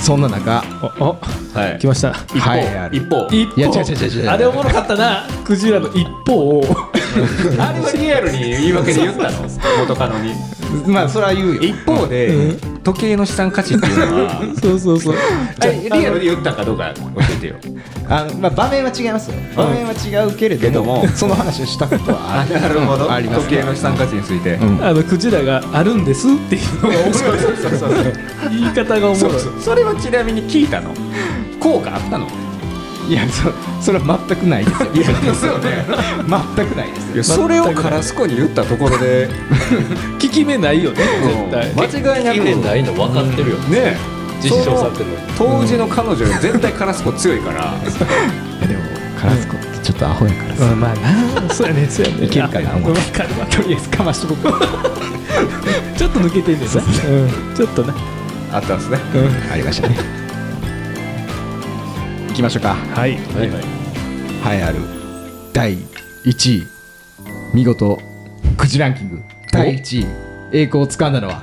Speaker 3: そんな中
Speaker 2: おお
Speaker 1: はい
Speaker 2: 来ました
Speaker 1: 一方、
Speaker 3: はいある
Speaker 1: 一方
Speaker 2: 一方
Speaker 3: いや違う違う違う違う
Speaker 2: あれおもろかったなクジラの一方を
Speaker 1: あれはリアルに言い訳で言ったの元カノに
Speaker 3: まあそれは言うよ
Speaker 1: 一方で時計の資産価値っていうのは
Speaker 2: そうそうそう
Speaker 1: あれリアルで言ったかどうか教えてよ
Speaker 3: あの、まあ、場面は違いますよ場面は違うけれども,、
Speaker 1: けども
Speaker 3: その話をしたことはあ る
Speaker 1: なるほど
Speaker 3: あります
Speaker 1: 時計の資産価値について
Speaker 3: うん
Speaker 2: あのクジラがあるんですっていうのが面白い
Speaker 1: そうそうそうそう
Speaker 2: 言い方がおもろい
Speaker 1: そそれはちなみに聞いたの効果あったの
Speaker 3: いやそそれは全くないですよ
Speaker 1: いやですよね
Speaker 3: 全くないですよ
Speaker 1: それをカラスコに言ったところで
Speaker 2: 効き目ないよね絶対
Speaker 1: 間違いなく
Speaker 4: 近年ないの分かってるよ、
Speaker 1: ね
Speaker 4: 実証されてるのに
Speaker 1: 当時の彼女より絶対カラスコ強いから
Speaker 3: いやでもカラスコってちょっとアホやからさ、
Speaker 2: うんまあなそうやねそうやね
Speaker 3: いけるかな
Speaker 2: あ
Speaker 3: お前
Speaker 2: わかるわ
Speaker 3: とりあえずかましとこう
Speaker 2: ちょっと抜けてんねんなうんちょっとな
Speaker 1: あったんですね
Speaker 3: ありましたね 行きましょうか
Speaker 2: はい
Speaker 1: はいはい
Speaker 3: 栄えある第1位見事くじランキング第1位栄光をつかんだのは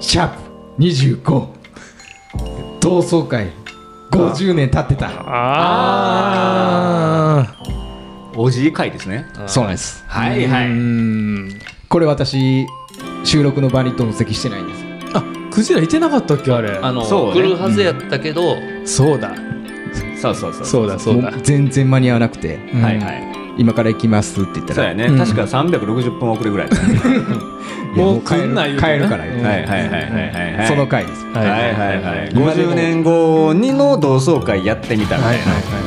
Speaker 3: シャープ25同窓会50年経ってた
Speaker 2: ああ
Speaker 1: おじい会ですね
Speaker 3: そうなんです
Speaker 1: はいは
Speaker 2: う
Speaker 1: い
Speaker 2: ん
Speaker 3: これ私収録の場に同席してないんです
Speaker 2: あクジラいてなかったっけあれ
Speaker 4: あの、
Speaker 1: そうね
Speaker 4: 来るはずやったけど、
Speaker 2: そうだ
Speaker 1: そうそうそう
Speaker 2: そうだそうだ
Speaker 3: もう全然間に合わなくて、
Speaker 2: うん
Speaker 1: はいはい
Speaker 3: 今から行きますって言った
Speaker 1: そう
Speaker 3: ら
Speaker 1: やね
Speaker 2: うん
Speaker 1: 確か360分遅れぐらいだね
Speaker 3: いや
Speaker 2: もう
Speaker 3: 帰
Speaker 2: 来ん
Speaker 3: る
Speaker 2: な言うて
Speaker 3: 帰
Speaker 2: な
Speaker 3: るから言うて
Speaker 1: はいはいはいはいはいはい
Speaker 3: その回です
Speaker 1: は
Speaker 2: はいい
Speaker 1: はいはい
Speaker 3: 今でも
Speaker 1: 50年後にの同窓会やってみたら
Speaker 2: はい
Speaker 1: や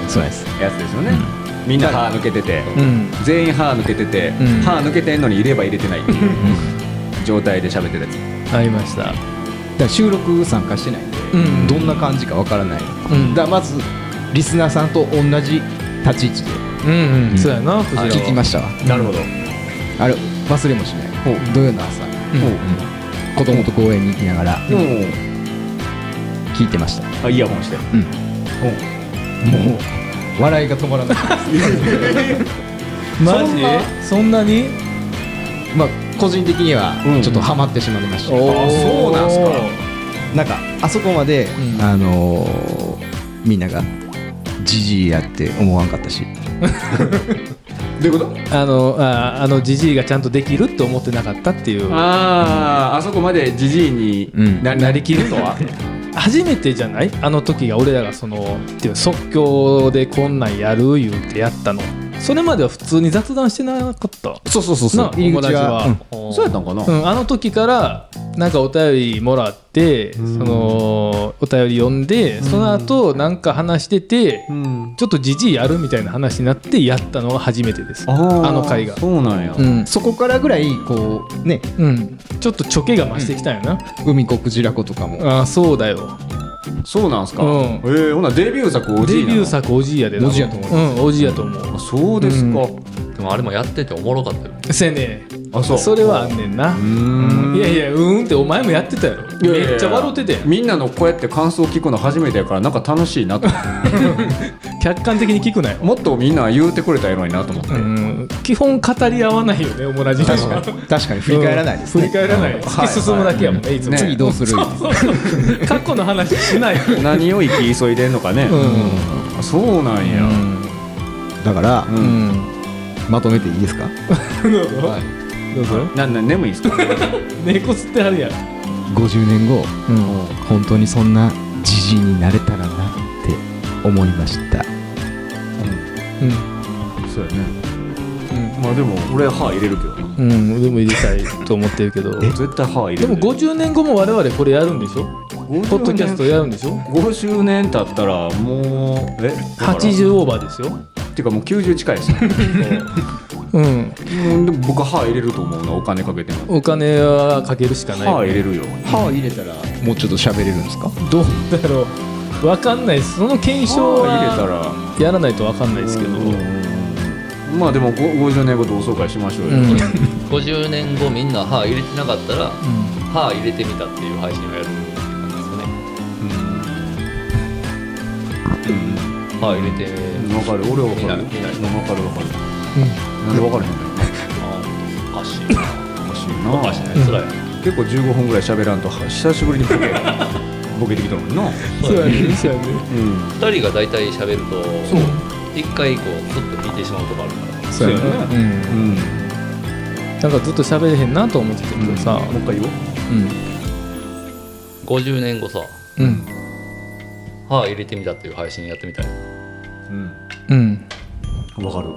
Speaker 3: そうなんです
Speaker 1: つですよねみんな歯抜けてて
Speaker 2: うん
Speaker 1: 全員歯抜けてて
Speaker 2: ん
Speaker 1: 歯抜けてんのに入れば入れてないっていう状態で喋ってたやつ
Speaker 2: ありました
Speaker 3: だから収録参加してないんで、
Speaker 2: うん
Speaker 3: どんな感じかわからない、
Speaker 2: うん
Speaker 3: だからまずリスナーさんと同じ立ち位置で
Speaker 2: うんうんそうやなクジラは
Speaker 3: 聞きましたわ
Speaker 1: なるほど
Speaker 3: あれ忘れもしない土曜の朝子供と公園に行きながら
Speaker 1: でも
Speaker 3: 聞いてました
Speaker 1: あイヤホン して
Speaker 3: うんもう笑いが止まら ない
Speaker 2: マジそんなに
Speaker 3: まあ個人的には
Speaker 1: うん
Speaker 3: ちょっとハマってしまいました、
Speaker 1: ーそうなんすか
Speaker 3: なんかあそこまで、
Speaker 2: うん
Speaker 3: あのーみんながじじいやって思わんかったし
Speaker 1: どういうこと
Speaker 2: あのああのジジイがちゃんとできるって思ってなかったっていう
Speaker 1: あああそこまでじじいにななりきるとは
Speaker 2: 初めてじゃないあの時が俺らがそのっていう即興でこんなんやる言うてやったのそれまでは普通に雑談してなかった
Speaker 3: そうそうそう
Speaker 2: な
Speaker 3: 入り
Speaker 2: 友
Speaker 3: 口
Speaker 2: 達は、
Speaker 3: は、うん
Speaker 1: そうやったんかな
Speaker 2: うん、あの時からなんかお便りもらって、そのお便り読んで、その後なんか話してて、
Speaker 1: うん
Speaker 2: ちょっとじじいやるみたいな話になってやったのが初めてです
Speaker 1: ー
Speaker 2: あの回が
Speaker 1: そうなんや
Speaker 2: うん、
Speaker 3: そこからぐらいこうね
Speaker 2: うん、ちょっとチョケが増してきたよな、
Speaker 3: 海子クジラ子とかも
Speaker 2: ああそうだよ
Speaker 1: そうなんすか
Speaker 2: う
Speaker 1: え
Speaker 2: ん
Speaker 1: ーほなデビュー作おじ
Speaker 2: デ
Speaker 1: いな
Speaker 2: ビュー作おじいやでな
Speaker 3: おじいやと思
Speaker 2: うんおじいやと思
Speaker 1: あそうですか
Speaker 2: う
Speaker 1: は
Speaker 4: でもあれもやってておもろかったよ。
Speaker 2: うせやね
Speaker 1: あそう
Speaker 2: それはあんねんな
Speaker 1: うん
Speaker 2: いやいやうーんってお前もやってたや
Speaker 1: い
Speaker 2: ろ
Speaker 1: やいやいや
Speaker 2: めっちゃ笑ってて
Speaker 1: みんなのこうやって感想聞くの初めてやからなんか楽しいなと思って
Speaker 2: 客観的に聞くなよ、
Speaker 1: もっとみんな言うてくれたらいいのになと思って、
Speaker 2: うん、基本語り合わないよねオムラジ
Speaker 3: 確かに確かに振り返らないです
Speaker 2: 振り
Speaker 3: ね、
Speaker 2: 返らない突き進むだけやもんねいつも
Speaker 1: ね
Speaker 3: 次どうする
Speaker 2: そうそうそう過去の話しないよ
Speaker 1: 何を生き急いでんのかね、あそうなんや、
Speaker 3: だから、
Speaker 1: ん
Speaker 3: まとめていいですか
Speaker 2: どうぞどうぞ
Speaker 1: なんなん眠いですか
Speaker 2: 猫吸ってはるやん
Speaker 3: 50年後、本当にそんなじじいになれたらなって思いました
Speaker 1: そうやねまあでも俺歯入れるけどな
Speaker 2: うん、うん、でも入れたいと思ってるけどで
Speaker 1: 絶対歯入れる
Speaker 2: も50年後も我々これやるんでしょポッドキャストやるんでしょ
Speaker 1: 50年経ったらもうえっ
Speaker 2: 80オーバーですよ
Speaker 1: ていうかもう90近いですね
Speaker 2: うん
Speaker 1: うんでも僕歯入れると思うなお金かけても
Speaker 2: お金はかけるしかない
Speaker 1: 歯入れるよ
Speaker 3: 歯入れたらもうちょっと喋れるんですか
Speaker 2: どうだろうわかんないですその検証
Speaker 1: 歯入れた
Speaker 2: は
Speaker 1: ら
Speaker 2: やらないとわかんないですけど
Speaker 1: うんまあでもご50年後同窓会しましょうよ、
Speaker 2: うん
Speaker 4: 50年後みんな歯入れてなかったら、歯入れてみたっていう配信をやるっていう感じですかね、歯入れて、
Speaker 1: 分かる俺は分かる
Speaker 4: みんなみん
Speaker 1: 分かる分か る、なんで分かるへんの
Speaker 4: あおかしいな
Speaker 1: おかしい
Speaker 4: おかしい
Speaker 1: な
Speaker 4: ねつらいな
Speaker 1: 結構15分ぐらい喋らんと久しぶりにボケボケてきたもんな、
Speaker 2: そうやねそうやね
Speaker 1: うん、
Speaker 4: 2人が大体喋ると1回以降ずっと聞いてしまうとかあるから
Speaker 1: そうやね
Speaker 2: うん
Speaker 1: うん、も
Speaker 2: なんかずっと喋れへんなと思ってたけどさ、
Speaker 1: う一回言おう
Speaker 4: 50年後さ
Speaker 2: うん、うん、
Speaker 4: 歯入れてみたっていう配信やってみたい
Speaker 1: うん
Speaker 2: うん、
Speaker 1: 分かる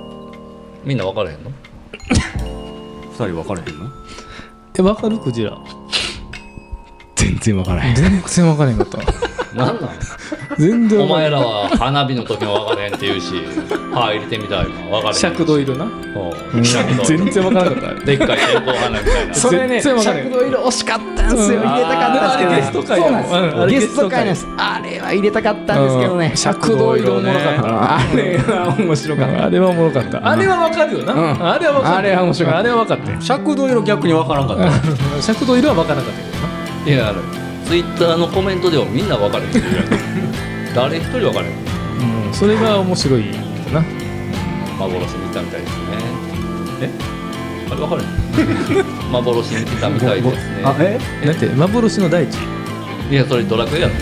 Speaker 4: みんな分からへんの
Speaker 1: 二人分かれへんの
Speaker 2: え、わかるクジラ。
Speaker 3: 全然わからへん
Speaker 2: 全然わからへんかった。
Speaker 4: なんなん
Speaker 2: 全然
Speaker 4: お
Speaker 2: わからへ
Speaker 4: 前
Speaker 2: ん。
Speaker 4: らは花火の時も分からへんって言うし歯入れてみたいの分からへん
Speaker 2: 尺度いるな。
Speaker 4: うん尺度
Speaker 2: 全然わからなかった。
Speaker 4: でっかい線香花みたいな
Speaker 2: それね全然わからへん
Speaker 3: 度色惜しかったんですよ
Speaker 2: うん
Speaker 3: 入れたかったんですけど
Speaker 2: あー
Speaker 3: そうなんで
Speaker 2: ゲ
Speaker 3: すゲ
Speaker 2: ス
Speaker 3: ス
Speaker 2: ト会
Speaker 3: ト
Speaker 2: な
Speaker 3: 会なんん
Speaker 2: で
Speaker 3: ですすあれは入れたかったんですけど
Speaker 2: う
Speaker 3: ね
Speaker 2: ん尺度色
Speaker 3: おもろかったあれは面白かった
Speaker 2: あれはおもろかった。あれはわかるよな。
Speaker 3: うん
Speaker 2: あれはわかる。
Speaker 3: あれは面白かった
Speaker 2: あれはわかったよ。
Speaker 1: 尺度色逆に分からんかった
Speaker 2: 尺度色はわからなかったけどな。
Speaker 4: いやあるツイッターのコメントでもみんな分かれへんって言うやん誰一人分かれへん
Speaker 2: うん、それが面白いよな。
Speaker 4: 幻見たみたいですねえあれ分かれへん幻見たみたいですね
Speaker 1: あえ
Speaker 2: なんて幻の大地。
Speaker 4: いやそれドラクエやろ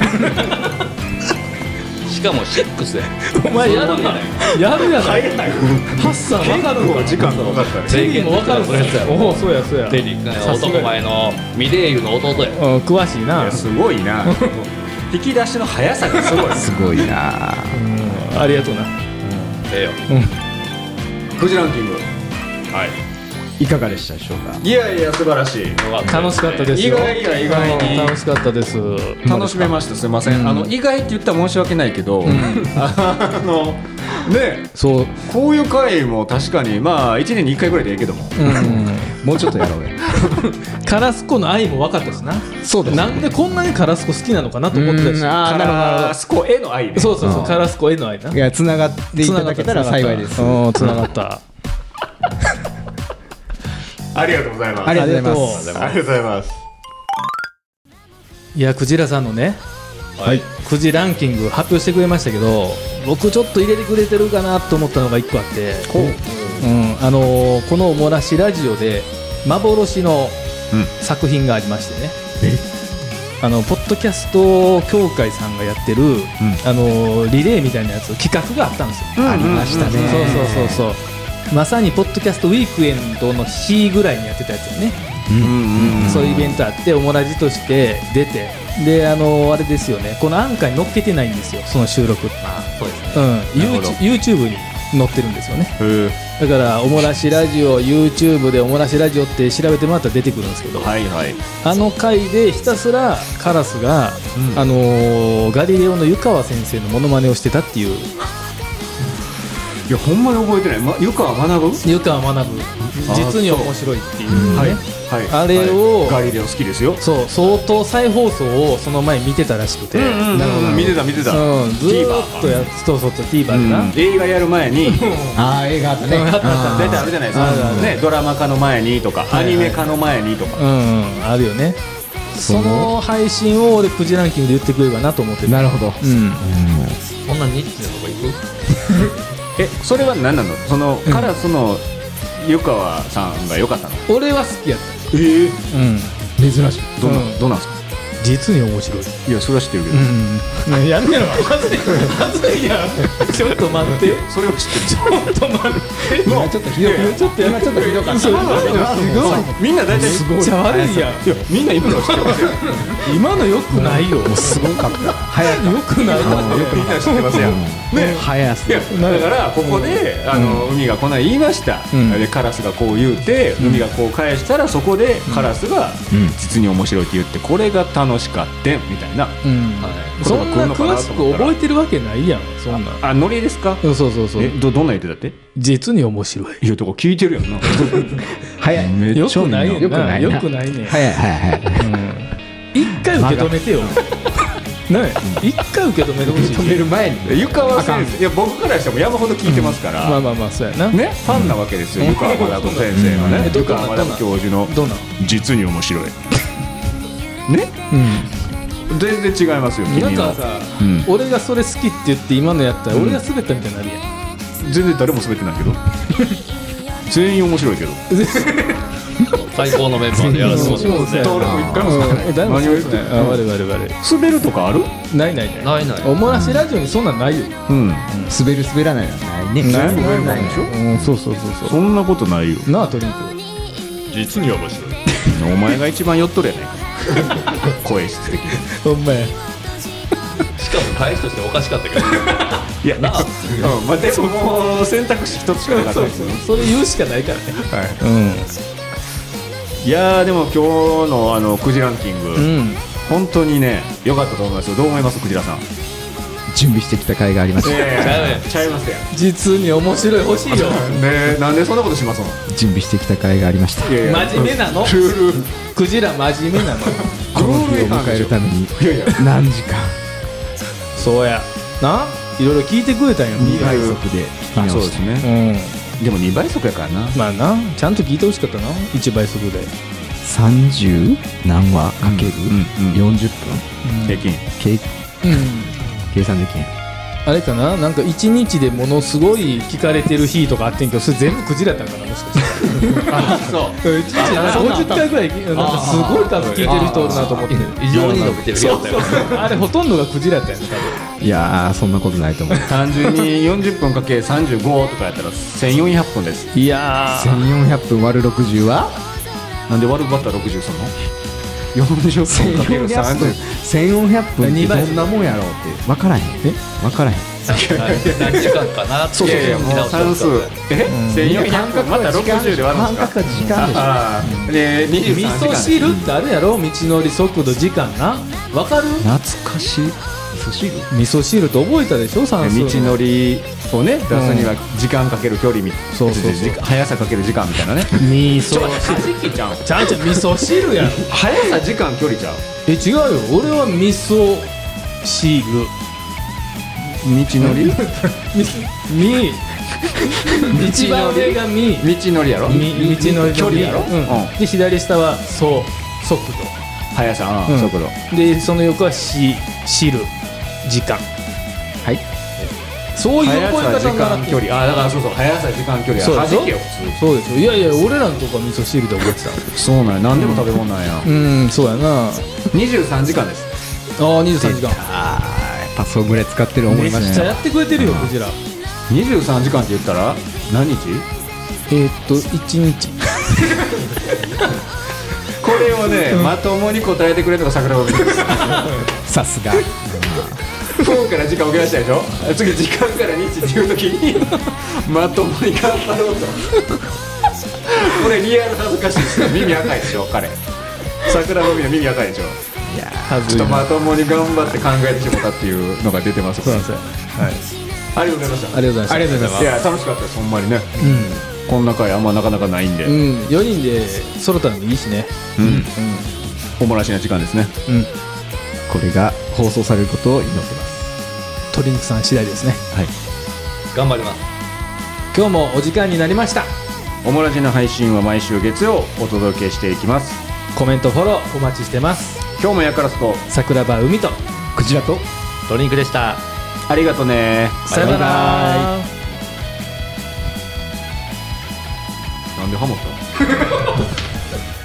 Speaker 4: しかも6や
Speaker 2: お前や
Speaker 4: る
Speaker 2: る
Speaker 4: ん
Speaker 2: や
Speaker 4: や
Speaker 2: ん。やるやん。ハッサンわかるわ。
Speaker 1: 時間が分かったね
Speaker 2: テリーもわかる
Speaker 4: それやつやろ
Speaker 2: おお、そうやそうや。
Speaker 4: テリー
Speaker 2: さすが
Speaker 4: 男前のミレイユの弟や
Speaker 2: うん、詳しい
Speaker 1: い
Speaker 2: な
Speaker 1: や。すごいな 引き出しの速さがすごい
Speaker 3: すごいな
Speaker 2: うん、ありがとうな。
Speaker 4: ええよ
Speaker 1: 富士ランキング
Speaker 4: はい
Speaker 3: いかがでしたでしょうか
Speaker 1: いやいや素晴らしい
Speaker 2: 楽しかったです
Speaker 1: 意
Speaker 2: よ。
Speaker 1: 外や意外
Speaker 2: うん
Speaker 1: に
Speaker 2: 楽しかったです。
Speaker 1: 楽しめましたすいません、あの意外って言ったら申し訳ないけど、 あのね
Speaker 2: そう、
Speaker 1: こういう回も確かにまあ1年に1回ぐらいでいいけども
Speaker 3: もうちょっとやろ うよ
Speaker 2: カラスコの愛も分かったしな。
Speaker 3: そうです
Speaker 2: なんでこんなにカラスコ好きなのかなと思ってたし。
Speaker 3: あーなるほどなるほ
Speaker 1: スコへの愛ね
Speaker 2: そうそうそうう、
Speaker 3: ん
Speaker 2: カラスコへの愛な
Speaker 3: どい。やつながっていただけたら幸いです
Speaker 2: うん、つながった。
Speaker 1: ありがとうございます
Speaker 3: ありがとうございます
Speaker 2: ありが
Speaker 1: ありがとうございます
Speaker 2: いや、クジラさんのね、
Speaker 3: はい
Speaker 2: くじランキング発表してくれましたけど、僕ちょっと入れてくれてるかなと思ったのが一個あって、うん、あのーこのおもらしラジオで幻の
Speaker 1: うん
Speaker 2: 作品がありましてね、あのポッドキャスト協会さんがやってる、あのーリレーみたいなやつ企画があったんですよ、
Speaker 3: ありましたね
Speaker 2: そうそうそうそうまさにポッドキャストウィークエンドの日ぐらいにやってたやつよね、そういうイベントあってオモラジとして出てであのーあれですよねこのアンカーに載っけてないんですよその収録、
Speaker 4: そうですね
Speaker 2: うん、
Speaker 1: るほど
Speaker 2: YouTube に載ってるんですよね
Speaker 1: へ
Speaker 2: だから「おもらしラジオ」YouTube で「おもらしラジオ」って調べてもらったら出てくるんですけど、
Speaker 1: ーはいはい
Speaker 2: あの回でひたすらカラスが、
Speaker 1: うん
Speaker 2: あのーガリレオの湯川先生のモノマネをしてたっていう
Speaker 1: いやほんまに覚えてない、ま、湯川学ぶ
Speaker 2: 湯川学ぶ実に面白いっていうね、
Speaker 1: はい
Speaker 2: あれを
Speaker 1: はいガリレオ好きですよ
Speaker 2: そう相当再放送をその前見てたらしくて、
Speaker 3: なるほど
Speaker 1: 見てた見てた、
Speaker 2: うん、ずーっ
Speaker 1: TVer
Speaker 2: とやっそうそうそう TVer
Speaker 1: う
Speaker 2: でな、
Speaker 1: ん映画やる前に
Speaker 3: ああ映画あったね
Speaker 2: うんあったあ
Speaker 1: 大体あるじゃないです
Speaker 2: ある
Speaker 1: か
Speaker 2: あ、る
Speaker 1: ね、ドラマ化の前にとかア
Speaker 2: いはい
Speaker 1: ニメ化の前にとか、
Speaker 2: うん、うん、あるよねそ
Speaker 3: の
Speaker 2: の配信を俺くじランキングで言ってくれるかなと思って
Speaker 3: なるほど、
Speaker 2: うん
Speaker 4: こんなニッチなとこ行く
Speaker 1: えそれは何なのそのカラスの湯川さんが良かったの
Speaker 2: 俺は好きやっ
Speaker 1: ええ
Speaker 2: たうん
Speaker 3: 珍しい
Speaker 1: どん
Speaker 2: う
Speaker 1: なんどうなんですか
Speaker 2: 実に面白い
Speaker 1: いやそれは知ってるけど、
Speaker 2: うんやめろまずいまずいやんちょっと待ってよ
Speaker 1: それは知ってる
Speaker 2: ちょっと待って
Speaker 3: 今ちょっとひどく
Speaker 2: ちょっとや
Speaker 3: 今ちょっとひどかった
Speaker 2: そう
Speaker 1: みんな大体す
Speaker 2: めっちゃ悪いやん
Speaker 1: いやみんな今のは知ってますよ
Speaker 2: 今のよくないよよ
Speaker 3: すごかった早かっ
Speaker 2: くない
Speaker 3: たよ
Speaker 1: みんな知ってますやんね
Speaker 3: 早す
Speaker 1: いやだからここで、あの海がこない言いました、
Speaker 2: うん
Speaker 1: でカラスがこう言うて、海がこう返したらそこでカラスが
Speaker 3: うん
Speaker 1: 実に面白いって言ってこれが楽しかってみたいな
Speaker 2: うん
Speaker 4: は
Speaker 2: そんな詳しく覚えてるわけないやんそんなん
Speaker 1: あノリですか
Speaker 2: そうそうそ
Speaker 1: え
Speaker 2: う
Speaker 1: どどんなん言ってたって
Speaker 2: 実に面白い
Speaker 1: いやとか聞いてるやん な
Speaker 3: 早い
Speaker 1: め
Speaker 2: よくない
Speaker 3: よ
Speaker 2: よ
Speaker 3: くな
Speaker 2: ないよくないね
Speaker 3: 早い早い早い
Speaker 2: 一回受け止めてよね一回受け止めてほし
Speaker 3: 止め
Speaker 2: い
Speaker 3: る前に
Speaker 1: 湯川先生いや僕からしても山ほど聞いてますから、
Speaker 2: まあまあまあそうやな
Speaker 1: ねファンなわけですよ湯川学先生のね
Speaker 2: うん
Speaker 1: 湯川学教授の
Speaker 2: どうなの
Speaker 1: 実に面白いね全然違いますよ君
Speaker 2: なん
Speaker 1: は
Speaker 2: かさ、
Speaker 1: うん
Speaker 2: 俺がそれ好きって言って今のやったら俺が滑ったみたいになるやん、
Speaker 1: 全然誰も滑ってないけど全員面白いけど
Speaker 4: い最高のメンバーでやらせてもらってますね
Speaker 1: 誰も一回も滑ってない
Speaker 2: 誰も
Speaker 1: 何を言っ
Speaker 2: な
Speaker 1: て
Speaker 2: い
Speaker 1: ん
Speaker 2: あ
Speaker 1: の
Speaker 2: 我々我々
Speaker 1: 滑るとかある
Speaker 2: ないないない
Speaker 4: ないない
Speaker 2: おもらしラジオにそんなんないよ、
Speaker 1: うん
Speaker 3: 滑る滑らないはないね
Speaker 1: ない
Speaker 3: 滑ら
Speaker 1: ない
Speaker 3: ね
Speaker 1: でしょ
Speaker 2: うん、そうそうそうそ
Speaker 1: そんなことないよ
Speaker 2: うなあトリンク
Speaker 4: 実に面白い
Speaker 1: お前が一番酔っとるやないか声質的に
Speaker 2: お前
Speaker 4: しかも返しとしておかしかったけど
Speaker 1: いやなあ、うん、まあでももう選択肢一つしかなかったですよ
Speaker 2: それ言うしかないからね
Speaker 1: いやーでも今日のあのくじランキング、
Speaker 2: うん、
Speaker 1: 本当にね良かったと思いますよどう思いますクジラさん
Speaker 3: 準備してきた甲斐がありました
Speaker 1: ええちゃいますやん
Speaker 2: 実に面白い欲しいよ
Speaker 1: ねえなんでそんなことしますの
Speaker 3: 準備してきた甲斐がありました
Speaker 1: いやいや
Speaker 2: 真面目なの
Speaker 1: ルールル
Speaker 2: クジラ真面目なの
Speaker 3: この
Speaker 1: ー
Speaker 3: 日
Speaker 1: ル
Speaker 3: を
Speaker 1: 違反で
Speaker 3: 迎え
Speaker 1: し
Speaker 3: る
Speaker 1: ょ
Speaker 3: ために
Speaker 1: いやいや
Speaker 3: 何時間
Speaker 2: そうやないろいろ聞いてくれたんや
Speaker 3: 2倍速で聞き直して
Speaker 1: ね
Speaker 2: うん
Speaker 1: でも2倍速やからな
Speaker 2: まあなちゃんと聞いてほしかったな1倍速で
Speaker 3: 30何話かける
Speaker 1: うんうん
Speaker 3: 40分
Speaker 1: 平均
Speaker 3: 計
Speaker 2: うん
Speaker 3: 計算できへん
Speaker 2: あれかななんか1日でものすごい聞かれてる日とかあってんけどそれ全部クジラやったんかなもしかして
Speaker 4: そう
Speaker 2: 1日なんか50回ぐらいなんかすごい数聞いてる人おるなと思って
Speaker 4: 異常に伸びてるよ
Speaker 2: そうそうあれほとんどがクジラやったんやね
Speaker 3: いやーそんなことないと思う
Speaker 1: 単純に40分かけ35とかやったら1400分です
Speaker 2: いや
Speaker 3: 1400分割る60は
Speaker 1: なんで割るバッター60すんの40分かける
Speaker 3: 1400
Speaker 1: 30
Speaker 3: 分1400分って
Speaker 2: 二倍速
Speaker 3: どんなもんやろうって分からへんえ分からへん
Speaker 4: 何時間かなって
Speaker 1: いやいやもう算数え1400分また60で割るん
Speaker 3: 感
Speaker 1: ですか
Speaker 3: 覚は時間でしょ
Speaker 1: ああで23
Speaker 2: 味
Speaker 1: 時間
Speaker 2: 噌汁ってあるやろ道のり速度時間なわかる
Speaker 3: 懐かしい寿司
Speaker 2: 味噌汁って覚えたでしょ算数の
Speaker 1: 道のりをね出すには時間かける距離み
Speaker 2: そうそうそう
Speaker 1: 時間速さかける時間みたいなね
Speaker 2: 味噌
Speaker 1: きちゃん
Speaker 2: ちゃんちゃん味噌汁やろ
Speaker 1: 速さ時間距離ちゃう
Speaker 2: え違うよ俺は味噌汁
Speaker 1: 道のり
Speaker 2: みみ一番上が み
Speaker 1: 道のりやろ
Speaker 2: み道のり
Speaker 1: 距離やろ
Speaker 2: うん
Speaker 1: うん
Speaker 2: で左下はそう速
Speaker 1: 速さ
Speaker 2: うん
Speaker 1: 速度
Speaker 2: 度でその横はし汁時間
Speaker 3: はい
Speaker 2: そういう
Speaker 1: 速さ
Speaker 2: 覚え
Speaker 1: 時
Speaker 2: 方がな
Speaker 1: 間
Speaker 2: く
Speaker 1: 距離あだからそうそう速さ時間距離
Speaker 2: そう
Speaker 1: は
Speaker 2: でしょ
Speaker 1: じけよ
Speaker 2: そうですよいやいや俺らのとこは味噌汁で覚えてた
Speaker 1: 普通そうなんや何でも食べ物なんや
Speaker 2: うんそうやなあ
Speaker 1: 23時間です
Speaker 2: ー23時間
Speaker 3: あーやっぱそんぐらい使ってる思
Speaker 2: め
Speaker 3: い
Speaker 2: っ
Speaker 3: ま
Speaker 2: ち
Speaker 3: し
Speaker 2: ゃ
Speaker 3: た
Speaker 2: や
Speaker 3: よ
Speaker 2: ってくれてるよこちら
Speaker 1: 23時間って言ったら何日
Speaker 2: えー、っと1日
Speaker 1: これをねまともに答えてくれるのが桜庭君です
Speaker 3: さすが
Speaker 1: 今日から時間遅らしたでしょ次時間から日っていう時に まともに頑張ろうと これリアル恥ずかしいですよ耳赤いでしょ彼桜庭君は耳赤いでしょ
Speaker 2: は
Speaker 1: ち
Speaker 2: ず
Speaker 1: ょっと
Speaker 2: いな
Speaker 1: まともに頑張って考えてしまったっていうのが出てます
Speaker 2: そうなんですよ
Speaker 1: ありがとうございました
Speaker 3: ありがとうございました
Speaker 1: いや楽しかったですほんまにね
Speaker 2: う
Speaker 1: こんな回あんまなかなかないんで、
Speaker 3: う
Speaker 1: うん
Speaker 3: ん
Speaker 2: ん、4人でソロタンもいいしね
Speaker 1: おもらしな時間ですね
Speaker 2: うん
Speaker 3: これが放送されることを祈ってます
Speaker 2: 鶏肉さん次第ですね
Speaker 3: はい
Speaker 4: 頑張ります
Speaker 2: 今日もお時間になりました
Speaker 1: おもらしの配信は毎週月曜お届けしていきます
Speaker 2: コメントフォローお待ちしてます
Speaker 1: 今日もやからすと
Speaker 2: 桜庭海と
Speaker 3: クジラと
Speaker 4: ドリンクでした
Speaker 1: ありがとうね
Speaker 2: さよな
Speaker 3: バイ
Speaker 2: ら
Speaker 1: なんでハモった